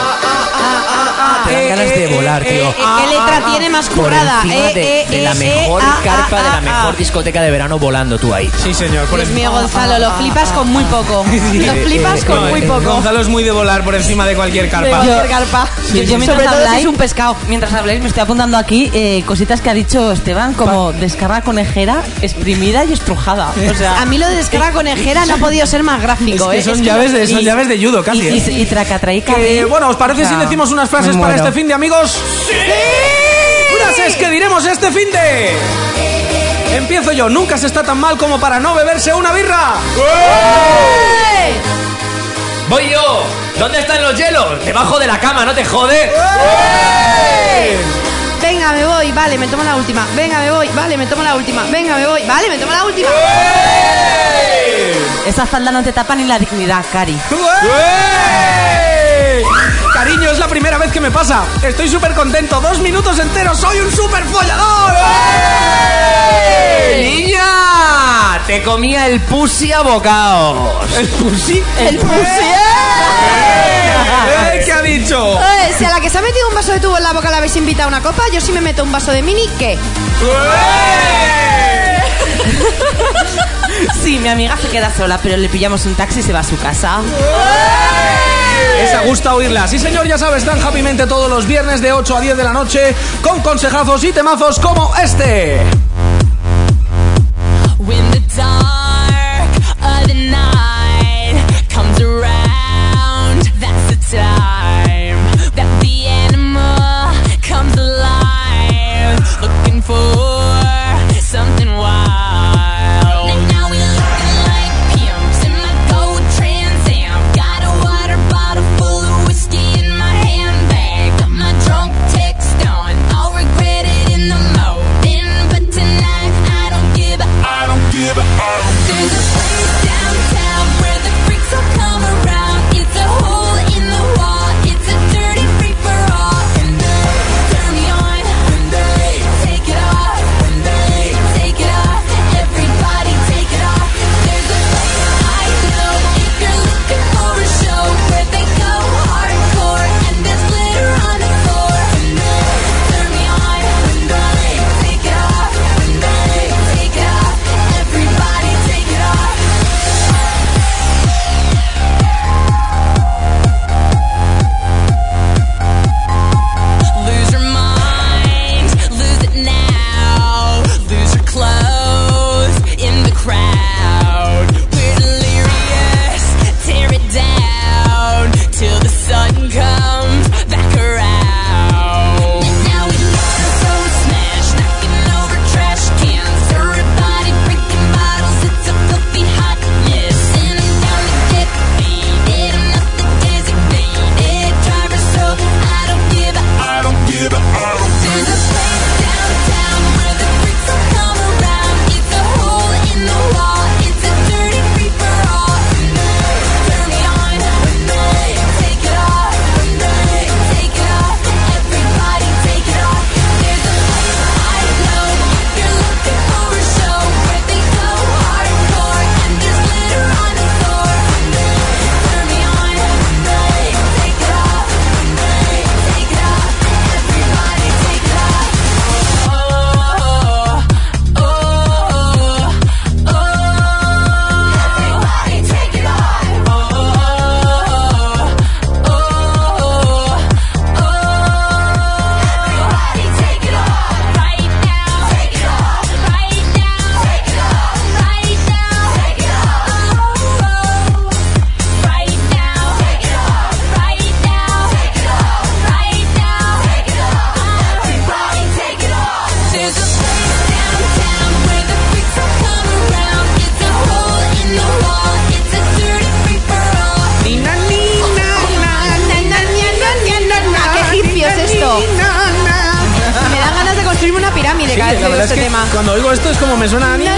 S3: Ah,
S6: Te dan ganas de volar, tío.
S4: eh, ¿Qué letra tiene más
S6: Por
S4: currada?
S6: encima
S4: Eh,
S6: de,
S4: eh,
S6: de la
S4: eh,
S6: mejor
S4: eh, ah,
S6: carpa,
S4: ah,
S6: de la
S4: ah,
S6: mejor discoteca de verano volando tú ahí.
S3: Sí, señor.
S4: Dios mío, Gonzalo, lo flipas con
S3: (laughs)
S4: muy poco. Lo flipas con
S3: No,
S4: muy
S3: eh,
S4: poco.
S3: Gonzalo es muy de volar por encima de cualquier carpa.
S4: Yo- Carpa.
S17: Yo, yo mientras
S4: Sobre todo si
S17: habláis,
S4: es un pescado.
S17: Mientras habláis, me estoy apuntando aquí eh, cositas que ha dicho Esteban, como descarga conejera, exprimida y estrujada. O sea,
S4: a mí lo de descarga conejera no ha podido ser más
S17: Es
S4: gráfico,
S17: que
S4: ¿eh?
S17: son
S4: Es
S3: llaves de- son
S17: y-
S3: llaves de judo, casi,
S17: Y,
S3: ¿eh?
S17: y- y traca, traica.
S3: Que, bueno, ¿os parece si decimos unas frases para este fin de amigos? ¡Sí! Frases que diremos este fin de. Empiezo yo. Nunca se está tan mal como para no beberse una birra.
S6: Voy yo. ¿Dónde están los hielos? Debajo de la cama, no te jode.
S4: Venga, me voy, vale, me tomo la última. Venga, me voy, vale, me tomo la última. Venga, me voy, vale, me tomo la última.
S17: ¡Eh! Esa falda no te tapa ni la dignidad, Cari.
S3: ¡Ué! Cariño, es la primera vez que me pasa. Estoy súper contento. Dos minutos enteros. Soy un súper follador.
S6: ¡Niña! Te comía el pussy a bocaos.
S3: ¿El pussy?
S4: El pussy.
S3: ¿Qué ha dicho?
S4: Eh, si a la que se ha metido un vaso de tubo en la boca la habéis invitado a una copa, yo sí me meto un vaso de mini, ¿qué?
S17: Sí, mi amiga se queda sola, pero le pillamos un taxi y se va a su casa.
S3: Esa gusta oírla. Sí, señor, ya sabes, tan happymente todos los viernes de 8 a 10 de la noche con consejazos y temazos como este.
S2: When the dark of the night comes around, that's the time that the animal comes alive, looking for something wild. And now we looking like pimps in my gold Trans Am. Got a water bottle full of whiskey in my handbag. Got my drunk text on, I'll regret it in the morning, but tonight I don't give a. I don't give a. I don't There's a place downtown where the freaks will come around. It's a hole in the wall. It's a dirty free for all. And they turn me on when they take it off. When they take it off, everybody take it off. There's a place I know if you're looking for a show where they go hardcore and there's glitter on the floor. And they turn me on when they take it off. When they take it off, everybody take it off. Lose your mind, lose it now. Lose your clothes in the crowd. We're delirious, tear it down till the sun comes back around. And now we look so smashed, knocking over trash cans. Everybody breaking bottles, it's a filthy hot mess. And I'm down to get faded, I'm not the designated driver, so I don't give a I don't give a I don't There's a place downtown where the freaks will come around. It's a hole in the wall, it's a dirty free for all. When they turn me on, when they take it off, when they take it off, everybody take it off. There's a place I know if you're looking for a show where they go hardcore and there's glitter on the floor. When they turn me on, when they take it off, when they take it off. There's a place downtown where the freaks will come around. It's a hole in the wall. It's a dirty free for all. Nina, nina, nina, nina, nina,
S4: ¿A qué hipio es esto? Me dan ganas de construirme una pirámide cada vez que oigo este tema.
S3: cuando oigo esto es como me suena a Nina.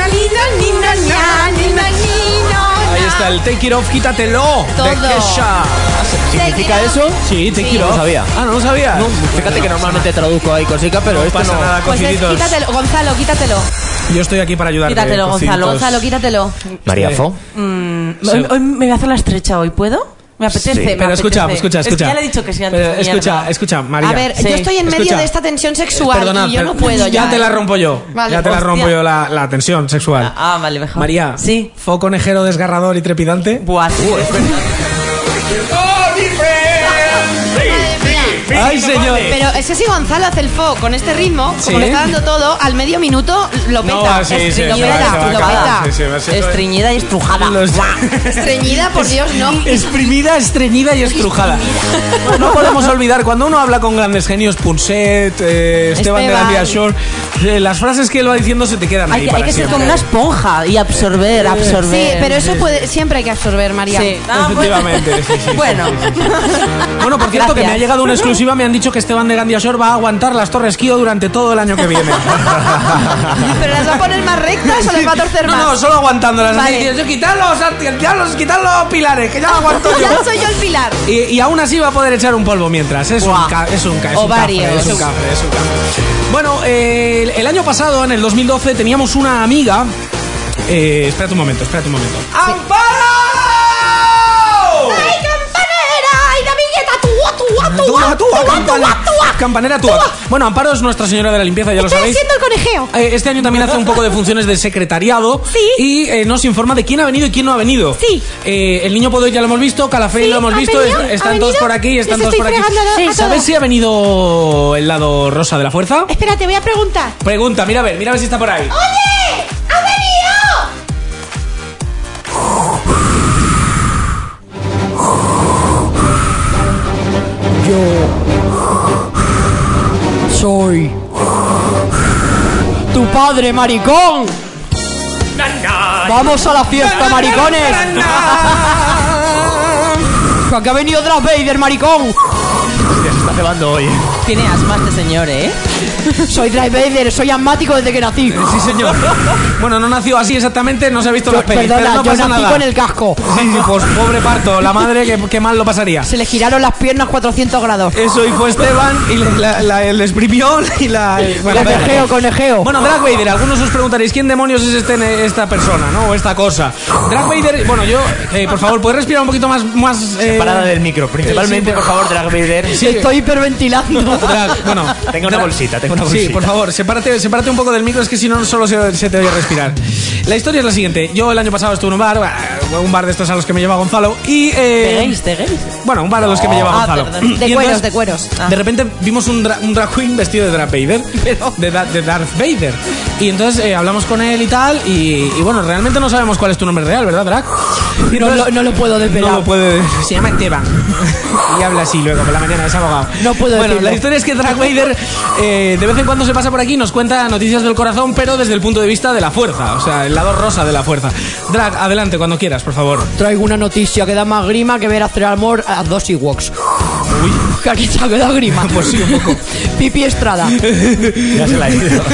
S3: Ahí está el Take It Off, quítatelo.
S4: Todo.
S3: De Kesha.
S6: ¿Significa eso?
S3: Sí, Take It
S6: No
S3: Off.
S6: lo sabía.
S3: Ah, no lo sabía.
S6: No, fíjate que normalmente traduzco ahí cositas, pero
S3: No
S6: esto
S3: pasa
S6: no.
S3: nada,
S4: Pues es,
S3: cositos.
S4: quítatelo, Gonzalo, quítatelo.
S3: Yo estoy aquí para ayudarte.
S17: Quítatelo, Gonzalo.
S3: cositos.
S17: Gonzalo, quítatelo.
S6: María Fo.
S17: Mm,
S3: Sí.
S17: hoy, hoy me voy a hacer la estrecha hoy, ¿puedo? Me apetece, me
S3: Pero escucha,
S17: apetece.
S3: escucha,
S17: Es que
S3: escucha.
S17: ya le he dicho que sí antes.
S3: Pero
S17: mierda.
S3: escucha, escucha, María.
S4: A ver, yo estoy en medio
S3: Escucha. Eh,
S4: de esta tensión sexual
S3: Perdonad,
S4: y yo no
S3: per-
S4: puedo ya.
S3: Ya te la
S4: ¿eh?
S3: rompo yo.
S4: Vale,
S3: ya te la
S4: hostia.
S3: rompo yo la, la tensión sexual.
S17: Ah, vale, mejor.
S3: María,
S17: Sí.
S3: ¿fo conejero desgarrador y trepidante?
S17: Buah, sí.
S3: Ay, señor.
S4: Pero es que si Gonzalo hace el fo con este ritmo,
S3: Sí.
S4: como le está dando todo, al medio minuto lo
S3: No,
S4: peta.
S3: sí, sí,
S4: Es-
S3: se va,
S4: lo
S3: se va,
S4: peta,
S3: se va,
S4: lo
S3: acaba.
S4: peta.
S3: Sí, sí, va a ser todo-
S17: Estreñida y estrujada.
S3: Pues Los-
S4: Estreñida, por Dios, no.
S3: Exprimida, estreñida y estrujada. No podemos olvidar, cuando uno habla con grandes genios, Punset, eh, Esteban, de la
S17: Esteban.
S3: Vía Shore, eh, las frases que él va diciendo se te quedan ahí
S17: Hay que, hay
S3: para
S17: que ser
S3: siempre.
S17: como una esponja y absorber, absorber.
S4: Sí, pero eso puede, siempre hay que absorber, María.
S17: Sí. Ah, bueno.
S3: Efectivamente. sí, sí, sí,
S17: Bueno.
S3: sí, sí. Bueno, por cierto, que
S17: Gracias.
S3: me ha llegado una exclusiva. Me han dicho que Esteban de Gandiasor va a aguantar las Torres Kio durante todo el año que viene.
S4: Ah, ¿Pero las va a poner más rectas o las va a torcer
S3: No,
S4: más?
S3: no, solo aguantándolas.
S4: Vale.
S3: Así, yo quitar los, art- quitar los- quitar los pilares, que ya lo aguanto yo.
S4: ya no soy yo el pilar.
S3: Y, y aún así va a poder echar un polvo mientras. Es un
S4: Buah.
S3: ca- es un ca- es un
S4: Ovarios.
S3: cafre, es un cafre, es un cafre. Bueno, eh, el, el año pasado, en el 2012, teníamos una amiga. Eh, espérate un momento, espérate un momento.
S2: ¡Amparo! ¡Ay, campanera! ¡Ay, amigueta! ¡Tú, tú, tú!
S3: Toma, tú, campana- Campanera tú. Bueno, Amparo es Nuestra Señora de la Limpieza, ya lo
S8: Estoy
S3: sabéis.
S8: haciendo el conejeo.
S3: Eh, Este año también hace un poco de funciones de secretariado y eh, nos informa de quién ha venido y quién no ha venido. Sí. el niño Podoy ya lo hemos visto, Calafell
S8: Sí,
S3: lo hemos
S8: ha
S3: visto,
S8: venido,
S3: est-
S8: ha
S3: están todos
S8: venido,
S3: por aquí, están
S8: les
S3: todos por
S8: estoy
S3: aquí.
S8: fregando a- a todos.
S3: ¿Sabes si ha venido el lado rosa de la fuerza?
S4: Eh.
S8: Espera, te voy a preguntar.
S3: Pregunta, mira a ver, mira a ver si está por ahí.
S8: ¡Oye! ¡Ha venido!
S21: Yo soy tu padre, maricón. Vamos a la fiesta, maricones. Que ha venido Darth Vader, maricón.
S6: Hostia, se está cebando hoy.
S21: (laughs) Tiene asma este señor,
S17: (laughs)
S21: ¿eh? Soy Darth Vader, soy asmático desde que nací.
S3: Sí, señor. Bueno, no nació así exactamente, no se ha visto
S21: Yo-
S3: las pelis,
S21: perdona,
S3: pero no
S21: yo
S3: pasa
S21: nací
S3: nada.
S21: con el casco.
S3: Sí, sí, pues pobre parto, la madre que, que mal lo pasaría.
S21: Se le giraron las piernas 400 grados.
S3: Eso, y fue Esteban y le, la, la- le exprimió y la...
S21: Conejeo, conejeo.
S3: eh.
S6: (laughs)
S3: Bueno, Drag Vader, algunos os preguntaréis quién demonios es este, esta persona, ¿no? O esta cosa. Drag Vader, bueno, yo, eh, por favor, ¿puedes respirar un poquito más? más eh,
S6: Separada del micro, principalmente, por favor, Drag Vader.
S3: Sí. (laughs)
S21: Estoy hiperventilando.
S3: Drag, bueno,
S6: (laughs) Tenga una
S3: Drag-
S6: bolsita, tenga una
S3: Sí,
S6: bolsita.
S3: por favor, sepárate, sepárate un poco del micro, es que si no, solo se, se te oye respirar. La historia es la siguiente. Yo el año pasado estuve en un bar, bah, un bar de estos a los que me lleva Gonzalo, y... Eh,
S17: ¿Tenéis, tenéis?
S3: Bueno, un bar a los que me lleva
S17: Ah,
S3: Gonzalo.
S17: perdón. De
S3: Y entonces,
S17: cueros, de cueros. Ah.
S3: De repente vimos un, dra- un drag queen vestido de Darth Vader. De, Da- de Darth Vader. Y entonces eh, hablamos con él y tal. Y, y bueno, realmente no sabemos cuál es tu nombre real, ¿verdad, Drag?
S21: No lo- no lo puedo desvelar.
S3: No lo puede. Se llama Esteban. (laughs) y habla así luego por la mañana, es abogado.
S21: No puedo
S3: Bueno,
S21: decirlo.
S3: la historia es que Drag Vader eh, de vez en cuando se pasa por aquí y nos cuenta noticias del corazón, pero desde el punto de vista de la fuerza. O sea, el lado rosa de la fuerza. Drag, adelante cuando quieras, por favor.
S21: Traigo una noticia que da más grima que ver hacer amor a dos Ewoks. Uy. Que (laughs) aquí se me da grima.
S3: (laughs) Pues sí, un poco.
S21: (laughs)
S3: (laughs)
S21: Pipi Estrada.
S3: Ya se la he ido. (laughs)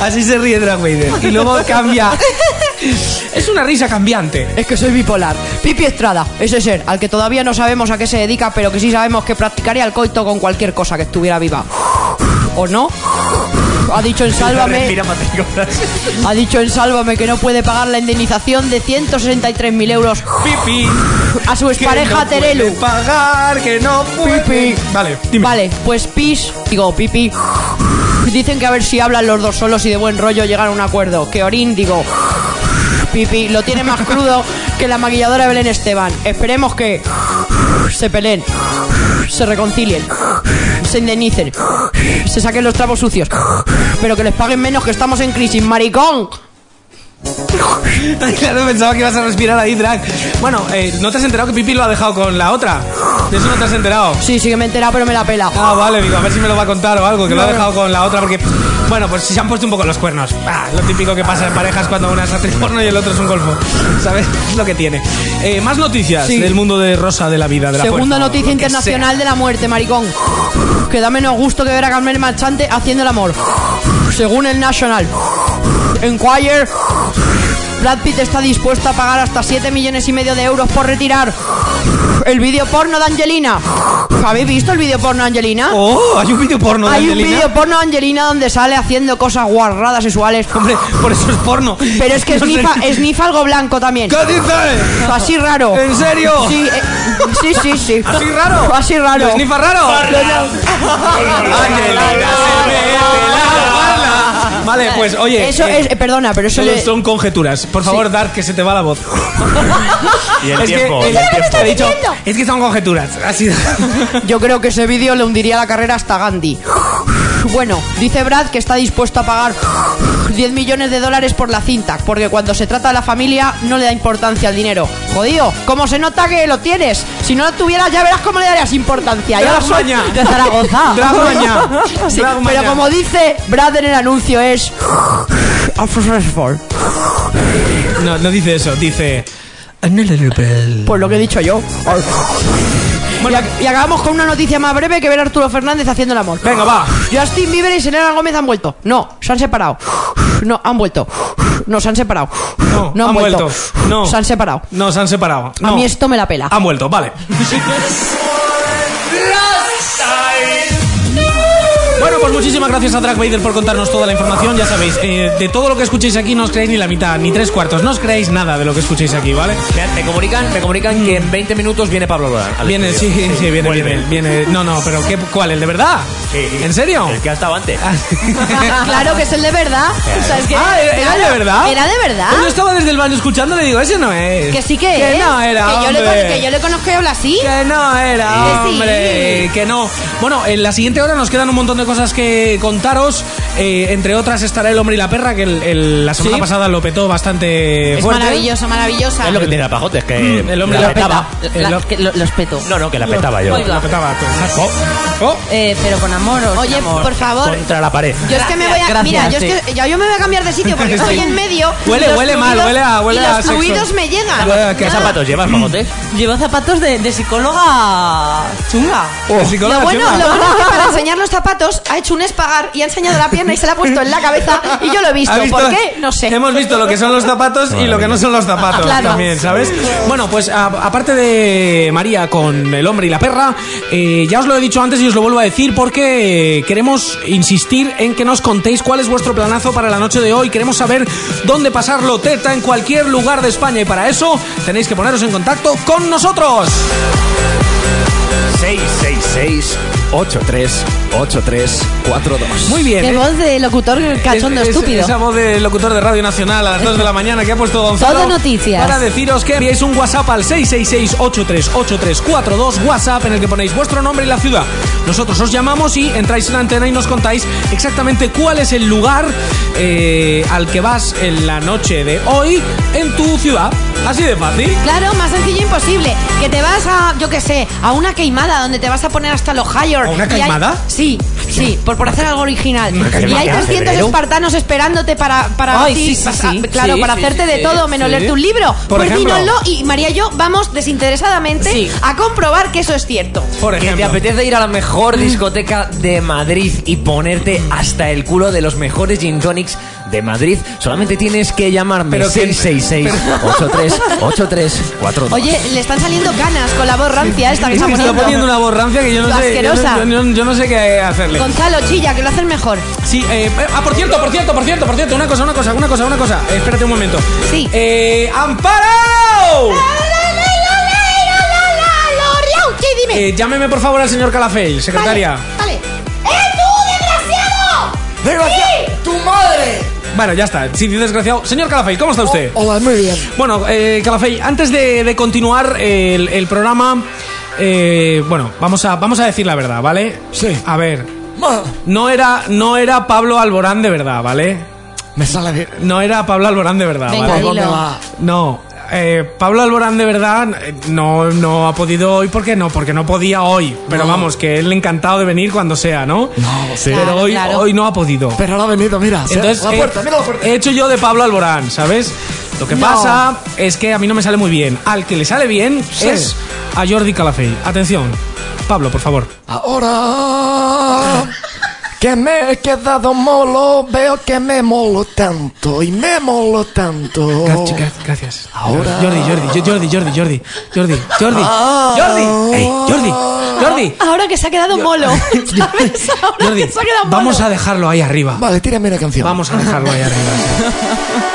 S3: Así se ríe Drag Vader. Y luego cambia. Es una risa cambiante.
S21: Es que soy bipolar. Pipi Estrada, ese ser al que todavía no sabemos a qué se dedica, pero que sí sabemos que practicaría el coito con cualquier cosa que estuviera viva. ¿O no?
S3: (laughs)
S21: Ha dicho en Sálvame.
S6: Respira, Patricolas.
S21: Ha dicho en Sálvame que no puede pagar la indemnización de 163.000 euros
S3: Pipi.
S21: a su
S3: que
S21: expareja
S3: no puede
S21: Terelu.
S3: pagar, que no puede. Vale, dime.
S21: Vale, pues Pis, digo Pipi, dicen que a ver si hablan los dos solos y de buen rollo llegan a un acuerdo. Que Orín, digo Pipi, lo tiene más crudo que la maquilladora Belén Esteban. Esperemos que se peleen, se reconcilien, se indemnicen, se saquen los trapos sucios, pero que les paguen menos que estamos en crisis, maricón.
S3: (laughs) Claro, pensaba que ibas a respirar ahí, Drag. Bueno, eh, ¿no te has enterado que Pipi lo ha dejado con la otra? De eso no te has enterado.
S21: Sí, sí que me he enterado, pero me la pela.
S3: Ah, vale, digo, a ver si me lo va a contar o algo, que lo ha
S21: No, no.
S3: dejado con la otra, porque. Bueno, pues se han puesto un poco los cuernos. Ah, lo típico que pasa en parejas cuando una es actriz porno y el otro es un golfo. ¿Sabes? Es lo que tiene. Eh, más noticias
S21: Sí.
S3: del mundo de Rosa, de la vida, de la
S21: Segunda
S3: fuerza, lo
S21: noticia
S3: que
S21: internacional de la muerte, maricón. Que da menos gusto que ver a Carmen Marchante haciendo el amor. Según el National Enquirer, Brad Pitt está dispuesto a pagar hasta 7 millones y medio de euros por retirar el vídeo porno de Angelina. ¿Habéis visto el vídeo porno de Angelina?
S3: Oh, hay un vídeo porno de
S21: Hay un
S3: Angelina.
S21: vídeo porno de Angelina donde sale haciendo cosas guarradas sexuales.
S3: Hombre, por eso es porno.
S21: Pero es
S3: (laughs)
S21: que
S3: No sé.
S21: snifa, snifa algo blanco también.
S3: ¿Qué dices?
S21: Así raro.
S3: ¿En serio?
S21: Sí, eh, sí, sí, sí.
S3: ¿Así raro?
S21: Así raro.
S3: ¿Lo snifa raro?
S21: Parla.
S3: Vale, pues oye.
S21: Eso
S3: eh,
S21: es, eh, perdona, pero eso
S3: Solo
S21: le-
S3: son conjeturas. Por favor, Dark, que se te va la voz.
S6: (laughs) Y el tiempo,
S3: Que,
S6: y el Eso es lo que tiempo.
S3: He dicho, es que son conjeturas. Así.
S21: Yo creo que ese vídeo le hundiría la carrera hasta Gandhi. Bueno, dice Brad que está dispuesto a pagar 10 millones de dólares por la cinta, porque cuando se trata de la familia no le da importancia al dinero. Jodido, ¿cómo se nota que lo tienes? Si no lo tuvieras ya verás cómo le darías importancia. Ya
S3: Drag
S21: lo soy
S3: maña. (laughs)
S21: de Zaragoza.
S3: Drag maña.
S21: (laughs) Sí,
S3: Drag maña.
S21: pero como dice Brad en el anuncio es...
S3: (laughs) No, no dice eso, dice.
S21: Por Pues lo que he dicho yo. Y, ac- y acabamos con una noticia más breve que ver a Arturo Fernández haciendo el amor.
S3: Venga, va.
S21: Justin Bieber y Selena Gómez han vuelto. No, se han separado. No, han vuelto. No, se han separado. No, han,
S3: han
S21: vuelto.
S3: vuelto. No.
S21: Se han separado.
S3: No, se han separado.
S21: A
S3: No. Ah.
S21: mí esto me la pela.
S3: Han vuelto, vale. Bueno, pues Muchísimas gracias a Drag Vader por contarnos toda la información. Ya sabéis, eh, de todo lo que escuchéis aquí no os creéis ni la mitad, ni tres cuartos. No os creéis nada de lo que escuchéis aquí, ¿vale?
S6: Me comunican, me comunican que en 20 minutos viene Pablo Alborán. al
S3: Viene, sí,
S6: estudio.
S3: sí, sí, viene,
S6: Vuelve.
S3: viene, viene. No, no, pero ¿qué, ¿cuál? ¿El de verdad?
S6: Sí.
S3: ¿En serio?
S6: El que ha estado antes.
S4: Claro que es el de
S3: (laughs)
S4: verdad. O sea, es (laughs) que-
S3: ah, ¿era, era de
S4: claro,
S3: verdad.
S4: Era de verdad.
S3: Pues yo estaba desde el baño escuchando y le digo, ese no es.
S4: Que sí que,
S3: Que
S4: es.
S3: no era.
S4: Que yo, le,
S3: hombre.
S4: con- que yo le conozco y habla así.
S3: Que no
S4: Que
S3: era,
S4: sí.
S3: hombre, que no. Bueno, en la siguiente hora nos quedan un montón de cosas que contaros. Eh, entre otras estará el hombre y la perra, que el- el- la semana
S4: Sí.
S3: pasada lo petó bastante
S4: Es
S3: fuerte.
S4: maravillosa, maravillosa.
S6: Es lo que tiene la pajote, es que
S3: Mm, el hombre
S6: la
S3: lo peta.
S6: petaba.
S3: El lo-
S17: los peto.
S6: No, no, que la petaba yo. Oh,
S17: Oiga.
S3: La petaba. pues, Oh.
S17: Eh, pero con amor o
S4: Oye, por favor.
S6: Contra la pared.
S4: Yo es que me voy a.
S17: Gracias,
S4: mira, yo
S17: sí.
S4: es que ya yo me voy a cambiar de sitio porque
S3: (laughs)
S6: Sí.
S4: estoy en medio.
S6: Huele-
S4: y los
S6: huele mal,
S4: fluidos-
S6: huele a- huele
S4: y
S6: a
S4: los
S6: sexo.
S4: fluidos me llegan.
S6: ¿Qué
S4: Nada.
S6: zapatos llevas,
S3: Mm.
S6: pajote?
S17: Llevo zapatos de, de psicóloga chunga.
S4: Lo bueno, lo bueno es que para enseñar los zapatos ha hecho un espagar y ha enseñado la pierna y se la ha puesto en la cabeza y yo lo he visto.
S3: ¿Ha
S4: ¿Por qué? No sé.
S3: Hemos visto lo que son los zapatos y lo que no son los zapatos
S4: Claro.
S3: también, ¿sabes? Bueno, pues a- aparte de María con el hombre y la perra, eh, ya os lo he dicho antes y os lo vuelvo a decir porque eh, queremos insistir en que nos contéis cuál es vuestro planazo para la noche de hoy. Queremos saber dónde pasarlo teta en cualquier lugar de España y para eso tenéis que poneros en contacto con nosotros.
S6: 666 83 83 42.
S3: Muy bien.
S10: Qué
S3: eh.
S10: voz de locutor cachondo
S3: Es- es-
S10: estúpido.
S3: Esa voz de locutor de Radio Nacional a las 2 de la mañana que ha puesto Gonzalo.
S10: Todo noticias.
S3: Para deciros que enviáis un WhatsApp al 666-838342, WhatsApp en el que ponéis vuestro nombre y la ciudad. Nosotros os llamamos y entráis en la antena y nos contáis exactamente cuál es el lugar eh, al que vas en la noche de hoy en tu ciudad. Así de fácil.
S4: Claro, más sencillo imposible. Que te vas a, yo qué sé, a una queimada donde te vas a poner hasta los higher.
S3: ¿A una
S4: Y hay-
S3: queimada?
S4: sí, sí, por, por hacer algo original.
S3: ¿Una
S4: Y hay
S3: queimada?
S4: 300
S3: ¿Febrero?
S4: espartanos esperándote para, para
S17: Ay,
S4: ti,
S17: sí, sí,
S4: para-
S17: sí.
S4: claro,
S17: Sí,
S4: para
S17: sí,
S4: hacerte
S17: sí,
S4: de
S17: sí,
S4: todo menos
S17: sí.
S4: leerte un libro.
S17: Por
S4: pues
S17: ejemplo.
S4: dínoslo y María y yo vamos desinteresadamente a comprobar que eso es cierto.
S6: Que te apetece ir a la mejor discoteca de Madrid y ponerte hasta el culo de los mejores gin tonics de Madrid. Solamente tienes que llamarme
S3: Pero que-
S6: 666 83 83 42.
S4: Oye, le están saliendo canas con la voz rancia esta que está
S3: Me está
S4: poniendo.
S3: poniendo una borrancia que yo no sé. yo no-
S4: Asquerosa.
S3: Yo no, yo no sé qué hacerle.
S4: Gonzalo, chilla, que lo hacen mejor.
S3: Sí, eh, eh, ah, por cierto, por cierto, por cierto, por cierto, una cosa, una cosa, una cosa, una cosa. Eh, espérate un momento.
S4: Sí.
S3: Eh, ¡Amparo!
S8: Sí, dime.
S3: Eh, llámeme por favor al señor Calafell, secretaria.
S8: Vale. ¡Eh, tú, desgraciado!
S3: Desgraciado.
S8: Sí. ¡Tu madre!
S3: Bueno, ya está, sí, desgraciado. Señor Calafell, ¿cómo está usted?
S22: Oh, Hola, muy bien.
S3: Bueno, eh, Calafell, antes de, de continuar eh, el, el programa, eh, bueno, vamos a, vamos a decir la verdad, ¿vale? Sí. A ver, no era, no era Pablo Alborán de verdad, ¿vale?
S22: Me sale Ah, bien.
S3: No era Pablo Alborán de verdad,
S22: Venga,
S3: ¿vale?
S22: dilo. Tampoco me va.
S3: No. eh, Pablo Alborán de verdad eh, no, no ha podido hoy, ¿por qué no? Porque no podía hoy. Pero
S22: No.
S3: vamos, que él encantado de venir cuando sea, ¿no? No,
S22: sí.
S3: Pero
S22: Claro,
S3: hoy,
S22: claro.
S3: hoy no ha podido.
S22: Pero ahora ha venido, mira. se-
S3: Entonces,
S22: la
S3: eh,
S22: puerta, mira la puerta.
S3: he hecho yo de Pablo Alborán, ¿sabes? Lo que
S22: No.
S3: pasa es que a mí no me sale muy bien. Al que le sale bien
S22: Sí.
S3: es a Jordi Calafell. Atención, Pablo, por favor.
S22: Ahora que me he quedado molo, veo que me molo tanto y me molo tanto.
S3: Gracias.
S22: Oh. Ahora.
S3: Jordi, Jordi, Jordi, Jordi, Jordi, Jordi, Jordi,
S22: Ah.
S3: Jordi, Ey, Jordi, Jordi.
S4: Ahora que se ha quedado molo. ¿Sabes? Ahora
S22: (laughs)
S3: Jordi,
S4: que se ha quedado molo.
S3: vamos a dejarlo ahí arriba.
S22: Vale, tírame una canción.
S3: Vamos a dejarlo ahí arriba.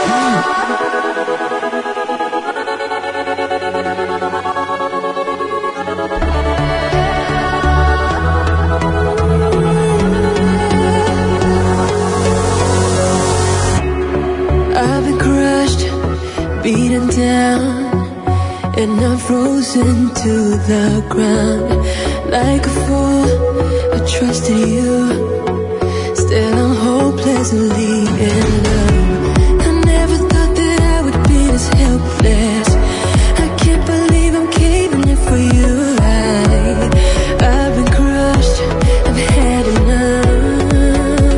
S9: I've been crushed, beaten down, and I'm frozen to the ground. Like a fool, I trusted you. Still, I'm hopelessly in love. I never thought that I would be this helpless. I can't believe I'm caving in for you. I, I've been crushed, I've had enough.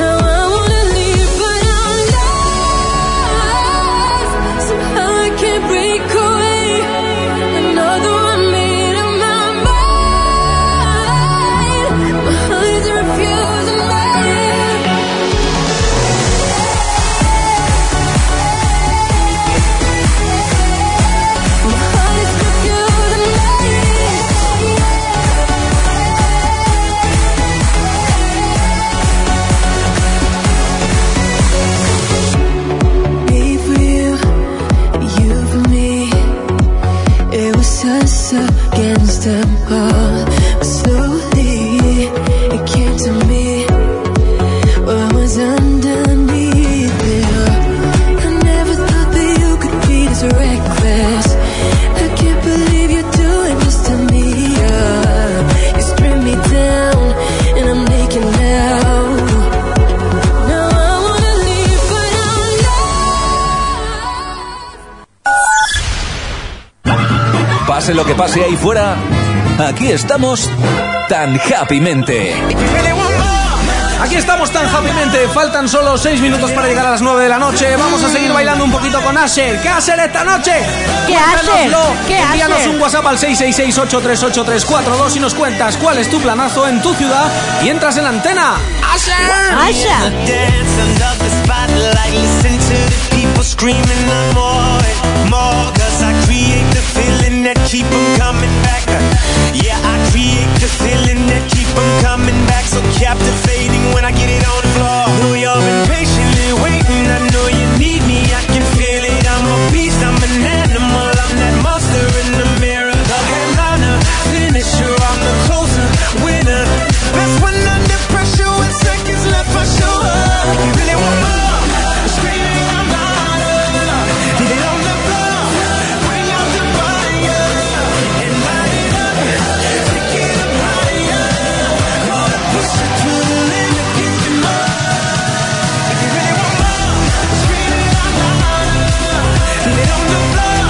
S9: Now I wanna leave, but I'm lost. Somehow I can't break away. Another one made up my mind. My eyes are refusing light.
S1: Pase lo que pase ahí fuera, aquí estamos tan happymente.
S3: Aquí estamos tan happymente, faltan solo 6 minutos para llegar a las 9 de la noche. Vamos a seguir bailando un poquito con Asher. ¿Qué Asher esta noche?
S4: ¿Qué
S3: Cuéntanoslo.
S4: Asher? ¿Qué
S3: Envíanos
S4: Asher?
S3: un WhatsApp al 666-838-342 y nos cuentas cuál es tu planazo en tu ciudad y entras en la antena.
S2: Winner. That's when under pressure, with seconds left, I show up. You really want more? Screaming, I'm hotter. Get it on the floor, bring out the fire, and light it up. Take it up higher. Gonna push it to the limit, give me more. If you really want more, screaming, I'm hotter. Get it on the floor,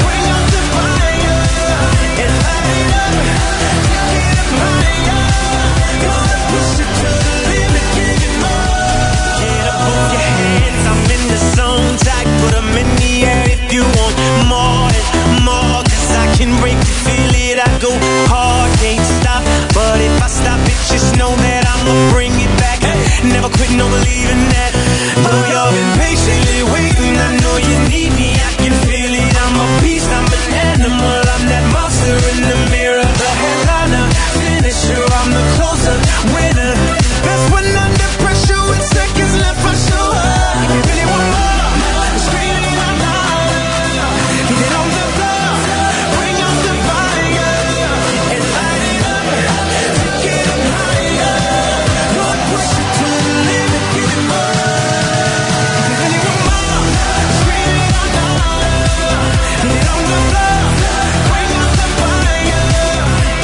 S2: bring out the fire, and light it up. Take it up higher. Gonna push it to the limit, give me more. Get up off your hands, I'm in the zone. Tag, put 'em in the air if you want more and more. Cause I can break it, feel it. I go hard, can't stop. But if I stop it, just know that I'ma bring it back. Never quit, no believing that. Though you've been patiently waiting, I know you need me. I can feel it. I'm a beast, I'm an animal. I'm that monster in the mirror. The headliner, finisher, I'm the closer, winner. That's when under pressure, with seconds left, I show up. If you really want more, screaming out loud. Get it on the floor, bring out the fire, and light it up. Take it up higher. Lord, push it to the limit, give it more. If you really want more, scream it out loud. Get it on the floor, bring out the fire,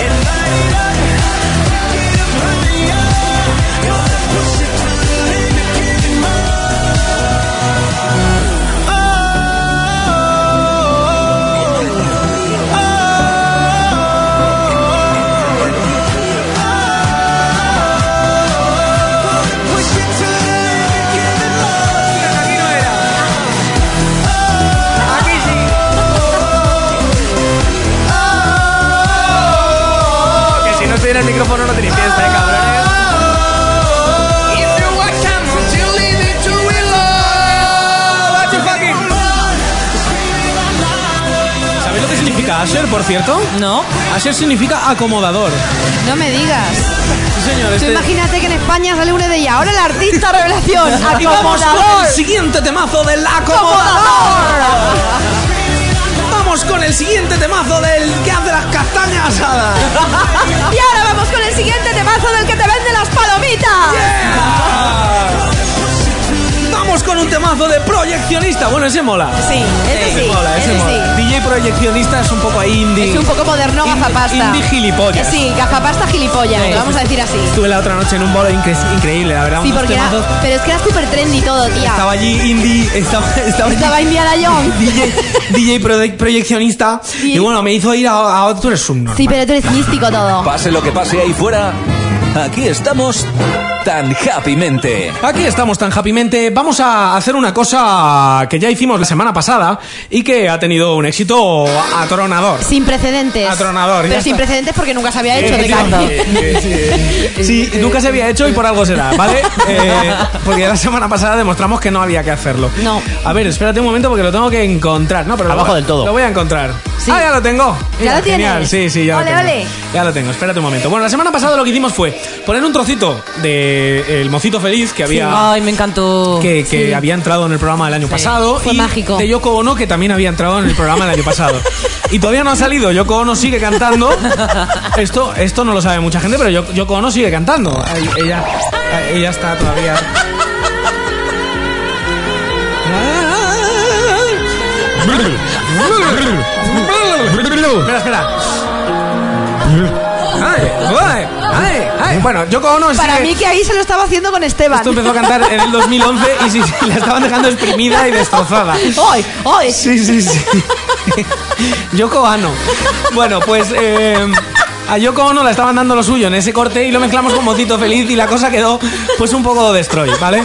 S2: and light it up. Take it up higher. Lord, push it to the limit, give it more.
S3: Que si no estoy en el micrófono no tenéis fiesta, eh, cabrones. ¿Sabéis lo que significa Asher, por cierto?
S17: No.
S3: Asher significa acomodador.
S4: No me digas.
S3: Sí, señor.
S4: Tú
S3: este-
S4: imagínate que en España sale una de ellas. Ahora el
S3: (laughs)
S4: artista revelación.
S3: Y vamos con
S4: acomodador.
S3: el siguiente temazo del acomodador.
S4: Acomodador.
S3: Vamos con el siguiente temazo del que hace las castañas asadas.
S4: Y ahora vamos con el siguiente temazo del que te vende las palomitas.
S3: Vamos con un temazo de proyeccionista. Bueno, ese mola.
S4: Sí, ese sí,
S3: mola, ese,
S4: ese
S3: mola. DJ proyeccionista es un poco indie.
S4: Es un poco moderno gafapasta.
S3: Indie gilipollas.
S4: Eh, Sí, gafapasta gilipollas,
S3: Sí.
S4: vamos a decir así.
S3: Estuve la otra noche en un bolo incre- increíble, la verdad.
S4: Sí,
S3: unos
S4: porque era,
S3: temazos.
S4: pero es que era súper trendy todo, tía.
S3: Estaba allí indie, estaba, estaba, allí
S4: Estaba Indiana
S3: (laughs)
S4: Jones.
S3: DJ, DJ proye- proyeccionista. Y bueno, me hizo ir a, a otro eres subnormal.
S4: Sí, pero tú eres místico todo.
S1: Pase lo que pase ahí fuera, aquí estamos tan happymente.
S3: Aquí estamos tan happymente. Vamos a hacer una cosa que ya hicimos la semana pasada y que ha tenido un éxito atronador.
S4: Sin precedentes.
S3: Atronador, ya
S4: Pero sin
S3: está.
S4: precedentes porque nunca se había hecho, te
S3: Sí, nunca se había hecho y por algo será, ¿vale? Eh, porque la semana pasada demostramos que no había que hacerlo. No. A ver, espérate un momento porque lo tengo que encontrar. No, pero lo
S6: Abajo
S3: voy a-
S6: del todo.
S3: Lo voy a encontrar. Ah, ya lo tengo.
S4: ¿Ya lo
S3: Genial,
S4: tienes?
S3: sí, sí, ya
S4: Ole,
S3: lo tengo.
S4: ole.
S3: Ya lo tengo, espérate un momento. Bueno, la semana pasada lo que hicimos fue poner un trocito del el mocito feliz que había
S17: Ay, me encantó.
S3: que, que
S17: Sí.
S3: había entrado en el programa del año pasado.
S17: Fue
S3: y
S17: mágico.
S3: De Yoko Ono, que también había entrado en el programa del año pasado. Y todavía no ha salido. Yoko Ono sigue cantando. Esto, esto no lo sabe mucha gente, pero Yo- Yoko Ono sigue cantando. Ay, ella, ay, ella está todavía.
S22: (laughs)
S3: espera, espera. Ay, ay, ay, ay, Bueno, Yoko Ono es
S4: Para
S3: que-
S4: mí que ahí se lo estaba haciendo con Esteban.
S3: Esto empezó a cantar en el 2011 y sí, sí, la estaban dejando exprimida y destrozada.
S4: (laughs) ¡Ay, ay!
S3: Sí, sí, sí. (laughs) Yoko Ono. Bueno, pues eh, a Yoko Ono la estaban dando lo suyo en ese corte y lo mezclamos con Mocito Feliz y la cosa quedó pues un poco destroy, ¿vale?